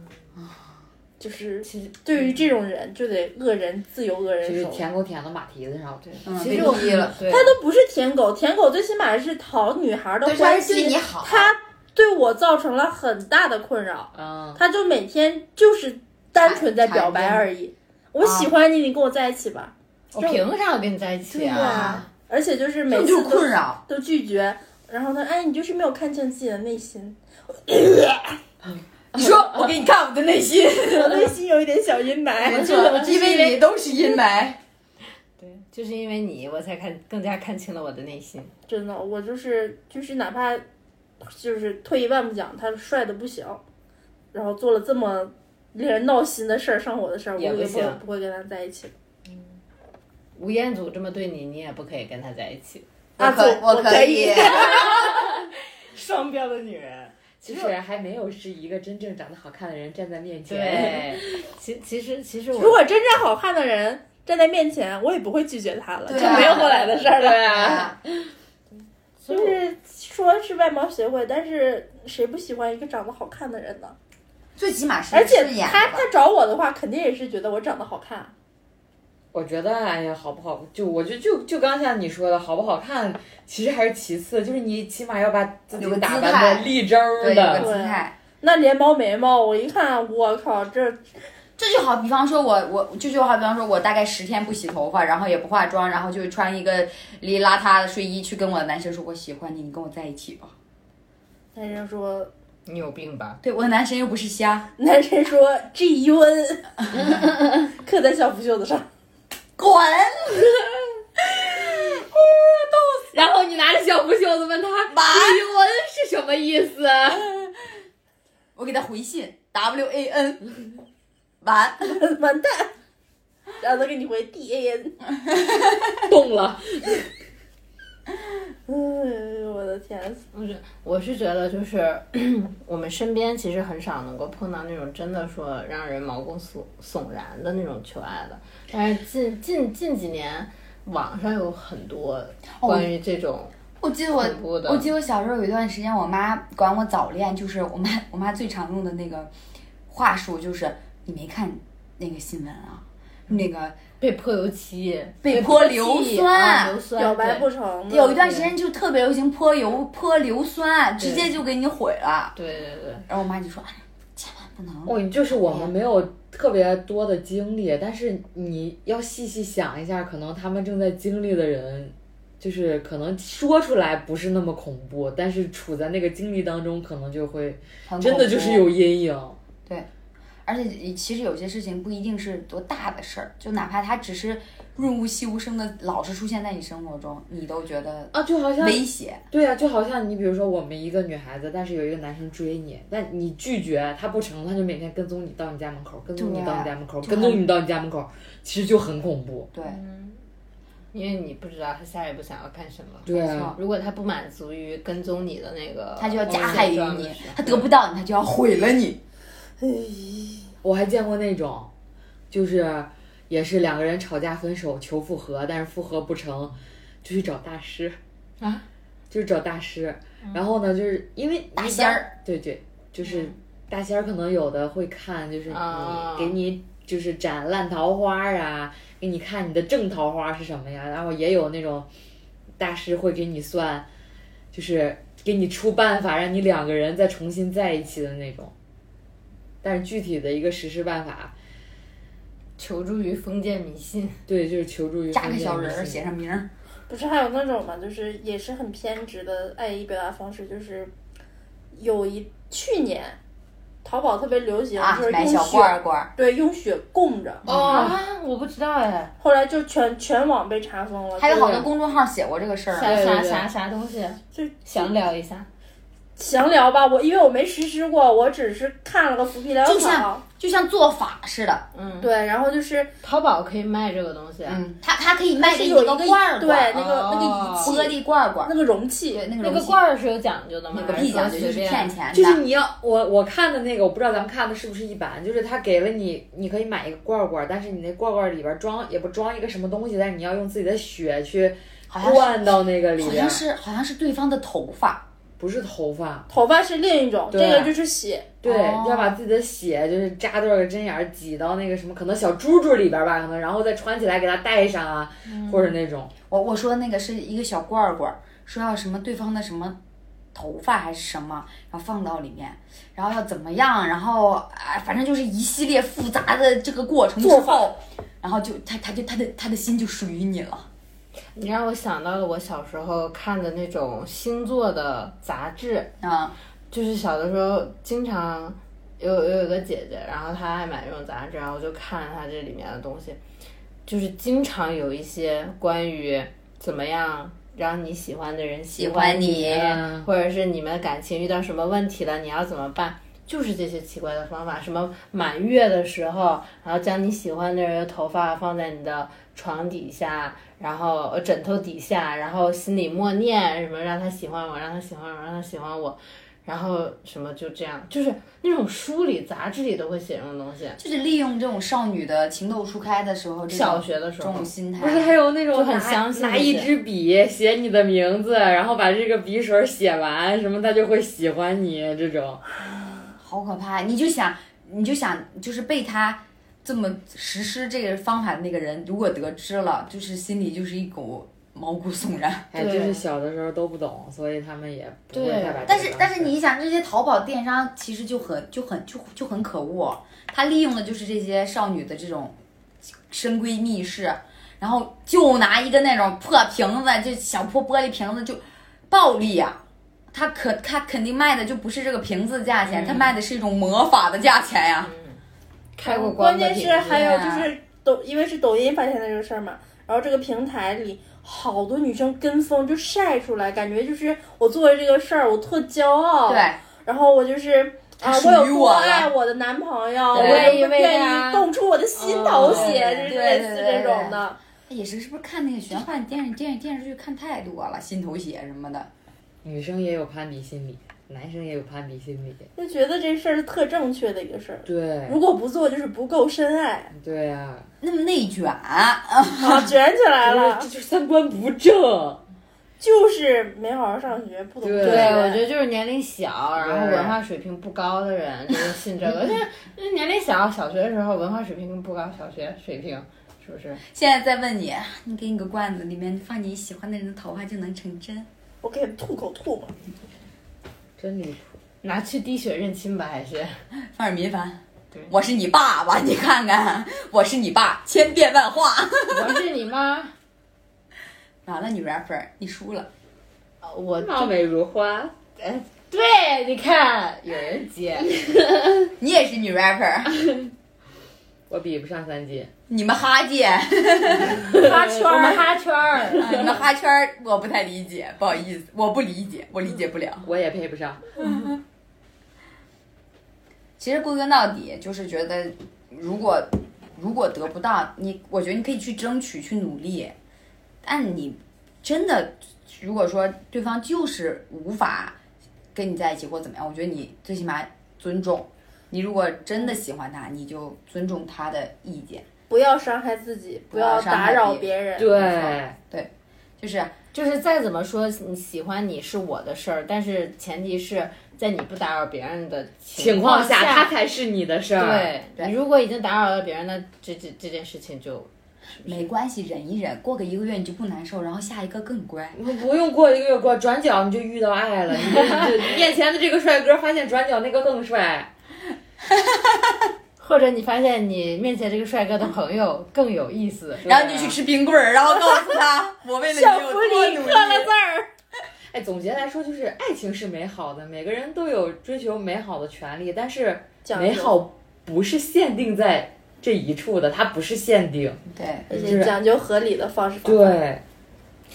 Speaker 3: 就是
Speaker 1: 其实
Speaker 3: 对于这种人，就得恶人自有恶
Speaker 1: 就
Speaker 3: 人
Speaker 1: 是
Speaker 3: 手。
Speaker 1: 舔狗舔到马蹄子上了。对
Speaker 2: 嗯，
Speaker 4: 其
Speaker 2: 被
Speaker 4: 实我
Speaker 2: 踢了，
Speaker 4: 对
Speaker 3: 他都不是舔狗，舔狗最起码是讨女孩的
Speaker 2: 但是她
Speaker 3: 欢
Speaker 2: 是对
Speaker 3: 心
Speaker 2: 你，好，
Speaker 3: 他对我造成了很大的困扰。
Speaker 1: 嗯，
Speaker 3: 他就每天就是单纯在表白
Speaker 2: 缠缠
Speaker 3: 而已。我喜欢你，你跟我在一起吧。
Speaker 4: 我凭啥要跟你在一起
Speaker 3: 对
Speaker 4: 啊？
Speaker 3: 啊而且就是每
Speaker 2: 这
Speaker 3: 次
Speaker 2: 就是
Speaker 3: 都
Speaker 2: 困扰。
Speaker 3: 都拒绝，然后呢，哎，你就是没有看清自己的内心，
Speaker 2: 你说我给你看我的内心，
Speaker 3: 我内心有一点小阴
Speaker 4: 啊
Speaker 3: 霾。
Speaker 2: 因为你都是阴霾。
Speaker 4: 对，就是因为你，我才看更加看清了我的内心。
Speaker 3: 真的，我就是就是哪怕就是退一万步讲，他帅的不行，然后做了这么令人闹心的事儿，伤我的事儿，我
Speaker 4: 也不
Speaker 3: 也不会
Speaker 4: 行
Speaker 3: 不会跟他在一起。
Speaker 4: 吴彦祖这么对你，你也不可以跟他在一起。
Speaker 3: 啊，
Speaker 2: 可
Speaker 3: 对
Speaker 2: 我
Speaker 3: 可
Speaker 2: 以，
Speaker 4: 双标的女人。
Speaker 1: 其实还没有是一个真正长得好看的人站在面 前。
Speaker 4: 对，其其实其实
Speaker 3: 如
Speaker 4: 我
Speaker 3: 果真正好看的人站在面前，我也不会拒绝他了，
Speaker 2: 对
Speaker 3: 就
Speaker 2: 啊
Speaker 3: 没有后来的事儿了。
Speaker 1: 对啊，
Speaker 2: 啊
Speaker 4: 所
Speaker 3: 就
Speaker 4: 以我
Speaker 3: 是说是外貌协会，但是谁不喜欢一个长得好看的人呢？
Speaker 2: 最起码是
Speaker 3: 而且
Speaker 2: 顺眼
Speaker 3: 他
Speaker 2: 的吧
Speaker 3: 他找我的话，肯定也是觉得我长得好看。
Speaker 1: 我觉得，哎呀，好不好？就我就就就刚像你说的，好不好看，其实还是其次，就是你起码要把自
Speaker 2: 有
Speaker 1: 己
Speaker 2: 个姿
Speaker 1: 打
Speaker 2: 态
Speaker 1: 扮的立正儿
Speaker 2: 对有个
Speaker 1: 的。
Speaker 2: 姿态，
Speaker 3: 那连猫眉毛，我一看，我靠，这
Speaker 2: 这就好比方说我我这就好比方说我大概十天不洗头发，然后也不化妆，然后就穿一个离邋遢的睡衣去跟我的男生说我喜欢你，你跟我在一起吧。
Speaker 3: 男生说，
Speaker 4: 你有病吧？
Speaker 2: 对，我的男神又不是瞎，
Speaker 3: 男生说 G U N，刻在校服袖子上。
Speaker 2: 滚！
Speaker 1: 然后你拿着小布袖子问他“李文”是什么意思？
Speaker 2: 我给他回信 W A N，完，
Speaker 3: 完蛋，然后他给你回 D A N。
Speaker 1: 动了。
Speaker 3: 哎呦我的天，
Speaker 4: 我是我是觉得就是 我们身边其实很少能够碰到那种真的说让人毛骨悚悚然的那种求爱的，但是近近近几年网上有很多关于这种，
Speaker 2: 我记得我
Speaker 4: 恐怖的
Speaker 2: 我记得我小时候有一段时间，我妈管我早恋，就是我妈我妈最常用的那个话术就是你没看那个新闻啊，那个
Speaker 4: 被泼油漆、
Speaker 2: 被
Speaker 4: 泼
Speaker 2: 泼
Speaker 4: 漆
Speaker 2: 硫
Speaker 4: 啊
Speaker 2: 酸
Speaker 4: 硫酸
Speaker 3: 表白
Speaker 4: 对
Speaker 3: 不成。
Speaker 2: 有一段时间就特别流行泼油、泼硫酸，直接就给你毁了。
Speaker 4: 对对对，
Speaker 2: 然后我妈就说：“哎，千万不能。
Speaker 1: 哦，就是我们没有特别多的经历，但是你要细细想一下，可能他们正在经历的人，就是可能说出来不是那么恐怖，但是处在那个经历当中，可能就会
Speaker 2: 很恐怖”
Speaker 1: 真的就是有阴影。
Speaker 2: 而且其实有些事情不一定是多大的事儿，就哪怕它只是润物细无声的，老是出现在你生活中，你都觉得
Speaker 1: 啊，就好像
Speaker 2: 威胁。
Speaker 1: 对呀、就好像你比如说我们一个女孩子，但是有一个男生追你，但你拒绝他不成，他就每天跟踪你到你家门口，跟踪你到你家门口，
Speaker 2: 对
Speaker 1: 跟踪你到你家门口，其实就很恐怖。
Speaker 2: 对，
Speaker 4: 因为你不知道他下一步想要干什么。
Speaker 1: 对
Speaker 2: 没
Speaker 1: 啊
Speaker 2: 错，
Speaker 4: 如果他不满足于跟踪你的那个，
Speaker 2: 他就要加害于
Speaker 4: 嗯
Speaker 2: 你，他得不到你，他就要毁了你。
Speaker 1: 我还见过那种，就是也是两个人吵架分手求复合，但是复合不成，就去找大师
Speaker 4: 啊，
Speaker 1: 就是找大师。
Speaker 2: 嗯
Speaker 1: 然后呢，就是因为
Speaker 2: 大
Speaker 1: 一般
Speaker 2: 仙儿，
Speaker 1: 对对，就是
Speaker 2: 嗯
Speaker 1: 大仙儿，可能有的会看，就是你
Speaker 4: 啊
Speaker 1: 给你就是斩烂桃花啊，给你看你的正桃花是什么呀，然后也有那种大师会给你算，就是给你出办法让你两个人再重新在一起的那种。但是具体的一个实施办法，
Speaker 4: 求助于封建迷信。
Speaker 1: 对，就是求助于
Speaker 2: 扎个
Speaker 1: 封建
Speaker 2: 小
Speaker 1: 迷
Speaker 2: 人儿，
Speaker 1: 信
Speaker 2: 写上名儿。
Speaker 3: 不是还有那种嘛，就是也是很偏执的爱意表达方式，就是有一去年淘宝特别流行，
Speaker 2: 啊
Speaker 3: 就是，
Speaker 2: 买
Speaker 3: 用
Speaker 2: 小
Speaker 3: 血，
Speaker 2: 罐儿罐儿，
Speaker 3: 对，用血供着，
Speaker 4: 哦，我不知道哎，
Speaker 3: 后来就全全网被查封了。
Speaker 2: 还有好多
Speaker 3: 就是
Speaker 2: 公众号写过这个事儿。
Speaker 4: 啥
Speaker 1: 对
Speaker 4: 啥
Speaker 1: 对
Speaker 4: 啥啥东西，
Speaker 3: 就
Speaker 4: 想聊一下。
Speaker 3: 详聊吧，我因为我没实施过，我只是看了个浮皮潦
Speaker 2: 就像
Speaker 3: 草。
Speaker 2: 就像做法似的，
Speaker 4: 嗯，
Speaker 3: 对，然后就是
Speaker 4: 淘宝可以卖这个东西，啊
Speaker 2: 嗯，它它可以卖给
Speaker 3: 是
Speaker 2: 你
Speaker 3: 有
Speaker 2: 一
Speaker 3: 一
Speaker 2: 个
Speaker 3: 个
Speaker 2: 罐儿
Speaker 3: 对
Speaker 2: 罐儿，
Speaker 3: 那个、那个
Speaker 4: 哦
Speaker 3: 仪器
Speaker 2: 玻璃罐儿罐儿，
Speaker 3: 那个容器，
Speaker 2: 对那个
Speaker 4: 那个
Speaker 2: 容器
Speaker 4: 罐儿是有讲究的吗？
Speaker 2: 有个
Speaker 4: 还是
Speaker 2: 屁
Speaker 4: 说
Speaker 2: 讲究，就
Speaker 4: 随
Speaker 2: 是
Speaker 4: 便啊
Speaker 2: 骗钱的，
Speaker 1: 就是你要我我看的那个，我不知道咱们看的是不是一版，就是他给了你，你可以买一个罐儿罐儿，但是你那罐儿罐儿里边儿装也不装一个什么东西，但是你要用自己的血去
Speaker 2: 好像是
Speaker 1: 灌到那个里
Speaker 2: 好
Speaker 1: 边
Speaker 2: 像
Speaker 1: 儿，
Speaker 2: 是好像是对方的头发，
Speaker 1: 不是头发，
Speaker 3: 头发是另一种，这
Speaker 1: 对
Speaker 3: 个就是血。
Speaker 1: 对，
Speaker 2: 哦
Speaker 1: 要把自己的血就是扎多少个针眼儿挤到那个什么，可能小珠珠里边儿吧，可能然后再穿起来给它戴上啊，
Speaker 2: 嗯
Speaker 1: 或者那种，
Speaker 2: 我我说那个是一个小罐儿罐儿，说要什么对方的什么头发还是什么，然后放到里面，然后要怎么样，然后啊，反正就是一系列复杂的这个过嗯程之
Speaker 3: 做
Speaker 2: 后，然后就他他就他的他的心就属于你了。
Speaker 4: 你让我想到了我小时候看的那种星座的杂志，
Speaker 2: 啊，
Speaker 4: 就是小的时候经常有有一个姐姐，然后她爱买这种杂志，然后我就看了她这里面的东西，就是经常有一些关于怎么样让你喜欢的人喜
Speaker 2: 欢
Speaker 4: 你，
Speaker 2: 你
Speaker 1: 嗯
Speaker 4: 或者是你们感情遇到什么问题了，你要怎么办？就是这些奇怪的方法，什么满月的时候，然后将你喜欢的人的头发放在你的床底下，然后呃枕头底下，然后心里默念什么让他喜欢我，让他喜欢我，让他喜欢我，然后什么就这样，就是那种书里、杂志里都会写这种东西。
Speaker 2: 就是利用这种少女的情窦初开的时候，这种
Speaker 4: 小学的时
Speaker 2: 这
Speaker 4: 候
Speaker 2: 种 心态，
Speaker 1: 不是还有那种
Speaker 4: 就很
Speaker 1: 拿
Speaker 4: 相信
Speaker 1: 拿
Speaker 4: 这
Speaker 1: 一
Speaker 4: 些
Speaker 1: 支笔写你的名字，然后把这个笔水写完，什么他就会喜欢你这种。
Speaker 2: 好可怕！你就想，你就想，就是被他这么实施这个方法的那个人，如果得知了，就是心里就是一股毛骨悚然。
Speaker 1: 哎，
Speaker 4: 对
Speaker 1: 就是小的时候都不懂，所以他们也不会
Speaker 4: 对
Speaker 1: 太把这个
Speaker 2: 但是
Speaker 1: 当
Speaker 2: 但是
Speaker 1: 事儿
Speaker 2: 你想，这些淘宝电商其实就很就很就就很可恶，他利用的就是这些少女的这种深闺密室，然后就拿一个那种破瓶子，就小破玻璃瓶子就暴力啊。他可他肯定卖的就不是这个瓶子的价钱，他
Speaker 4: 嗯
Speaker 2: 卖的是一种魔法的价钱呀、
Speaker 4: 开过
Speaker 3: 嗯
Speaker 4: 光
Speaker 3: 关键
Speaker 4: 的瓶
Speaker 3: 是
Speaker 4: 子
Speaker 3: 还有就
Speaker 2: 啊
Speaker 3: 是抖，因为是抖音发现的这个事儿嘛，然后这个平台里好多女生跟风就晒出来，感觉就是我做了这个事儿，我特骄
Speaker 4: 哦
Speaker 3: 傲。
Speaker 2: 对，，
Speaker 3: 然后我就是。啊，
Speaker 2: 属
Speaker 3: 我有
Speaker 2: 于
Speaker 3: 多
Speaker 2: 我了
Speaker 3: 爱我的男朋友，我
Speaker 4: 对
Speaker 3: 也
Speaker 4: 因为
Speaker 3: 愿
Speaker 4: 他
Speaker 3: 意供出我的心头
Speaker 4: 哦
Speaker 3: 血，
Speaker 2: 对
Speaker 3: 就是
Speaker 2: 对
Speaker 3: 类
Speaker 2: 对
Speaker 3: 似
Speaker 2: 对
Speaker 3: 这种
Speaker 2: 对
Speaker 3: 的。
Speaker 2: 哎也是是不是看那个玄幻电视电视电视剧看太多了，心头血什么的。
Speaker 1: 女生也有攀比心理，男生也有攀比心理。
Speaker 3: 就觉得这事儿是特正确的一个事儿，
Speaker 1: 对，
Speaker 3: 如果不做就是不够深爱，
Speaker 1: 对啊，
Speaker 2: 那么内卷，呃
Speaker 3: 啊，卷起来了
Speaker 1: 这，就是三观不正。
Speaker 3: 就是没好好上学，不懂
Speaker 1: 对
Speaker 3: 事
Speaker 4: 对，
Speaker 3: 儿
Speaker 4: 我觉得就是年龄小，然后
Speaker 1: 对
Speaker 4: 文化水平不高的人就会信这 个。就是就是年龄小，小学的时候文化水平不高，小学水平是不是？
Speaker 2: 现在再问你，你给你个罐子，里面放你喜欢的人的头发就能成真？
Speaker 3: 我给吐口吐沫。
Speaker 1: 真离谱！
Speaker 4: 拿去滴血认亲吧，还是
Speaker 2: 范尔民凡
Speaker 4: 对，
Speaker 2: 我是你爸爸，你看看，我是你爸，千变万化。
Speaker 4: 我是你 妈？
Speaker 2: 完了，你 rapper，你输了。
Speaker 4: 哦我哎
Speaker 1: 貌美如花，
Speaker 4: 对，你看有人 接，
Speaker 2: 你也是女 rapper，
Speaker 1: 我比不上三姐。
Speaker 2: 你们哈姐， 啊
Speaker 4: 哈圈我们哈圈 儿。
Speaker 2: 你们哈圈儿我不太理解，不好意思，我不理解，我理解不了。
Speaker 1: 我也配不上。
Speaker 2: 其实归根到底，就是觉得如果如果得不到你，我觉得你可以去争取、去努力，但你真的如果说对方就是无法跟你在一起或怎么样，我觉得你最起码尊重。你如果真的喜欢他，你就尊重他的意见，
Speaker 3: 不要伤害自己，不要打扰别人。
Speaker 1: 对，
Speaker 2: 就是
Speaker 4: 就是再怎么说，你喜欢你是我的事儿，但是前提是在你不打扰别人的
Speaker 1: 情
Speaker 4: 况
Speaker 1: 况下它才是你的事儿。，
Speaker 4: 对
Speaker 2: 对
Speaker 4: 你如果已经打扰到别人，那这这这件事情就
Speaker 2: 没关系，忍一忍，过个一个月你就不难受，然后下一个更乖。
Speaker 1: 不不用过一个月过，转角你就遇到爱了。你就你就面前的这个帅哥，发现转角那个更帅。
Speaker 4: 或者你发现你面前这个帅哥的朋友更有意思，
Speaker 2: 然后你就去吃冰棍儿，然后告诉他我为了你
Speaker 3: 小
Speaker 2: 有
Speaker 3: 福
Speaker 2: 多
Speaker 3: 利
Speaker 2: 努
Speaker 3: 刻
Speaker 2: 力。
Speaker 3: 了字儿，
Speaker 1: 哎，总结来说就是，爱情是美好的，每个人都有追求美好的权利，但是
Speaker 3: 讲究
Speaker 1: 美好不是限定在这一处的，它不是限定。
Speaker 2: 对，
Speaker 3: 而
Speaker 1: 就
Speaker 3: 且
Speaker 1: 是
Speaker 3: 讲究合理的方式方法。
Speaker 1: 对，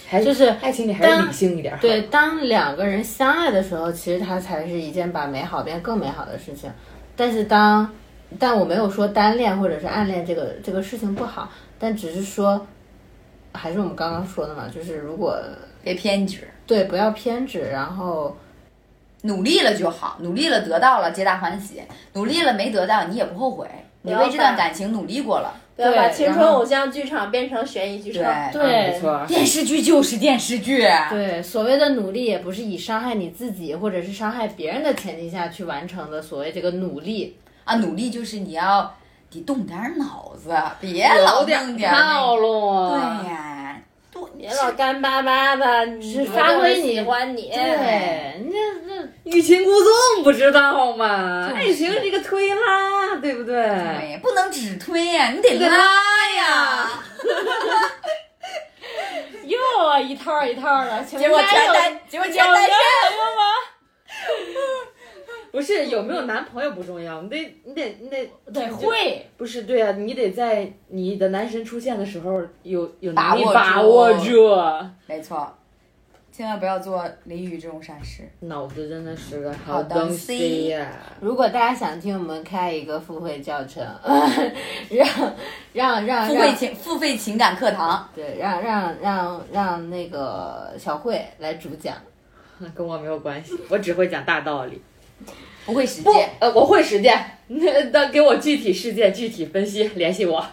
Speaker 1: 还是
Speaker 4: 就是
Speaker 1: 爱情里还是理性一点。
Speaker 4: 对，，当两个人相爱的时候，其实它才是一件把美好变更美好的事情。但是当，但我没有说单恋或者是暗恋这个这个事情不好，但只是说，还是我们刚刚说的嘛，就是如果
Speaker 2: 别偏执，
Speaker 4: 对不要偏执，然后
Speaker 2: 努力了就好，努力了得到了，皆大欢喜；努力了没得到，你也不后悔。你为这段感情努力过了，
Speaker 3: 不要把
Speaker 4: 对
Speaker 3: 青春
Speaker 4: 然后
Speaker 3: 偶像剧场变成悬疑剧
Speaker 2: 对
Speaker 3: 场。
Speaker 1: 嗯没错。
Speaker 2: 电视剧就是电视剧，
Speaker 4: 对所谓的努力，也不是以伤害你自己或者是伤害别人的前提下去完成的所谓这个努力。
Speaker 2: 啊，努力就是你要得动点脑子，别老弄点那
Speaker 1: 套路，
Speaker 2: 对呀，多
Speaker 3: 别老干巴巴的，你
Speaker 4: 是
Speaker 3: 不
Speaker 4: 发挥
Speaker 3: 就是
Speaker 4: 你
Speaker 3: 喜欢你，
Speaker 4: 对，那那
Speaker 1: 欲擒故纵，不知道吗？
Speaker 2: 就是
Speaker 1: 爱情这个推拉，对不对？
Speaker 2: 对，不能只推呀，你得
Speaker 1: 得
Speaker 2: 拉呀。
Speaker 4: 又啊一套一套的，结
Speaker 2: 结果全单，结果全单身。
Speaker 1: 不是有没有男朋友不重要，你得你得你得
Speaker 4: 对会。
Speaker 1: 不是对啊，你得在你的男神出现的时候有有能力
Speaker 2: 把
Speaker 1: 把
Speaker 2: 握
Speaker 1: 握
Speaker 2: 住
Speaker 1: 住。
Speaker 2: 没错，千万不要做淋雨这种傻事。
Speaker 1: 脑子真的是个
Speaker 2: 好
Speaker 1: 好
Speaker 2: 东
Speaker 1: 东西呀、
Speaker 4: 如果大家想听我们开一个付费教程， 让让让
Speaker 2: 付费
Speaker 4: 让
Speaker 2: 情付费情感课堂，
Speaker 4: 对让让让让那个小慧来主讲，
Speaker 1: 跟我没有关系， 我只会讲大道理。
Speaker 2: 不会实
Speaker 1: 不
Speaker 2: 践。，
Speaker 1: 呃，我会实践， 那那给我具体事件具体分析，联系我。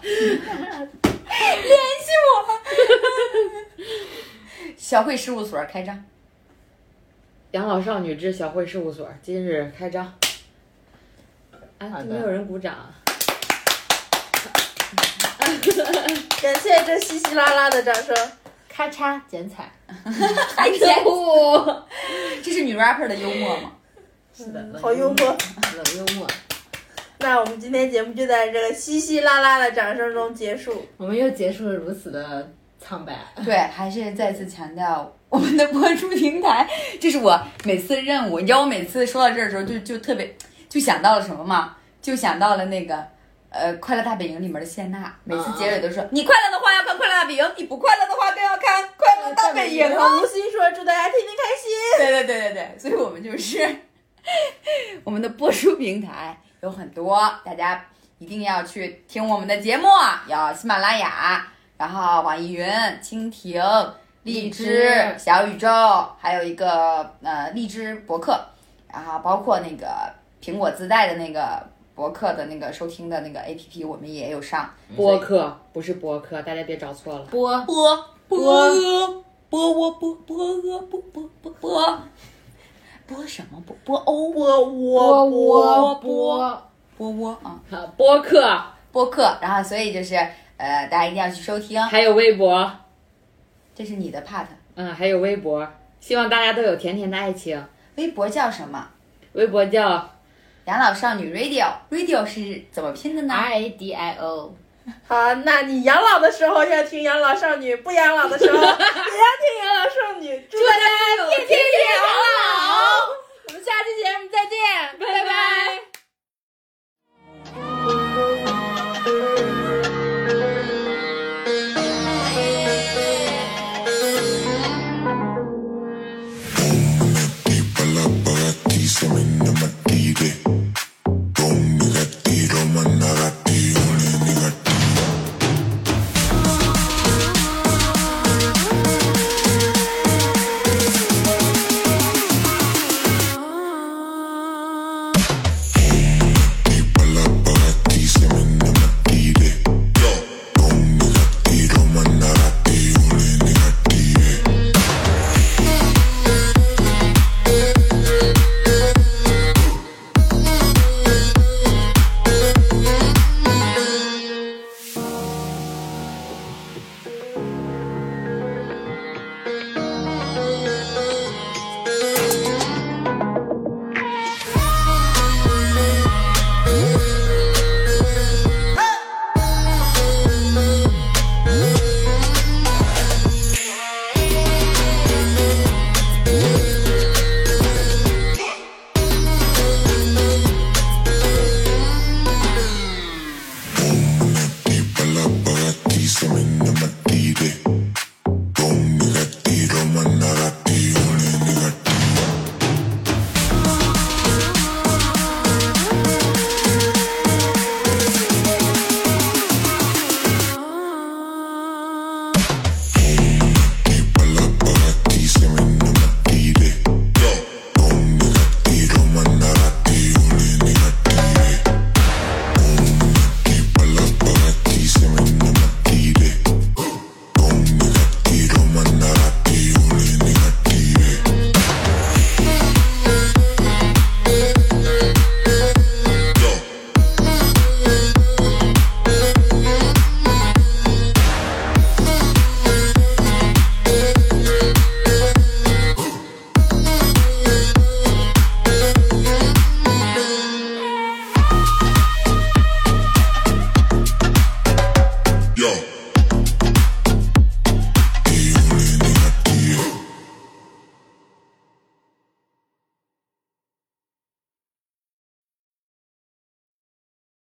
Speaker 2: 小慧事务所开张，
Speaker 1: 养老少女之小慧事务所今日开张。啊，
Speaker 4: 好的
Speaker 1: 都没有人鼓掌。
Speaker 3: 感谢这稀稀拉拉的掌声。
Speaker 4: 咔嚓剪彩，
Speaker 2: 哎呀，
Speaker 1: 哦，
Speaker 2: 这是女 rapper 的幽默吗？
Speaker 1: 是
Speaker 4: 嗯
Speaker 1: 的，
Speaker 3: 嗯好幽默。
Speaker 4: 冷幽默。
Speaker 3: 那我们今天节目就在这个稀稀拉拉的掌声中结束。
Speaker 4: 我们又结束了如此的苍白，
Speaker 2: 对，还是再次强调我们的播出平台，这是我每次任务。你知道我每次说到这儿的时候就，就特别就想到了什么吗？就想到了那个。呃，《快乐大本营》里面的谢娜，每次结尾都说：“你快乐的话要看《快乐大本营》，你不快乐的话更要看《快乐大本营》
Speaker 3: 然
Speaker 2: 哦。”
Speaker 3: 后吴昕说：“祝大家天天开心。
Speaker 2: 对对对对对，所以我们就是我们的播出平台有很多，大家一定要去听我们的节目，有喜马拉雅，然后网易云、蜻蜓、荔枝
Speaker 4: 荔、枝
Speaker 2: 小宇宙，还有一个呃荔枝博客，然后包括那个苹果自带的那个博客的那个收听的那个 APP，我们也有上
Speaker 4: 嗯
Speaker 1: 播客不是播客，大家别找错了。
Speaker 4: 播
Speaker 2: 播播播播播播播播播播播什么播播欧”
Speaker 3: 播
Speaker 4: 播
Speaker 3: 我
Speaker 2: 播
Speaker 4: 播播，
Speaker 2: 波波啊，
Speaker 1: 啊，播客
Speaker 2: 播客，然后所以就是呃，大家一定要去收听，
Speaker 1: 还有微博，
Speaker 2: 这是你的 part。
Speaker 1: 嗯，还有微博，希望大家都有甜甜的爱情。
Speaker 2: 微博叫什么？
Speaker 1: 微博叫
Speaker 2: 养老少女 Radio，Radio 是怎么拼的呢？
Speaker 4: R A D I O，
Speaker 3: 好，那你养老的时候要听养老少女，不养老的时候也要听养老少女。祝大家天天养老。我们下期节目再见，拜拜。Oh.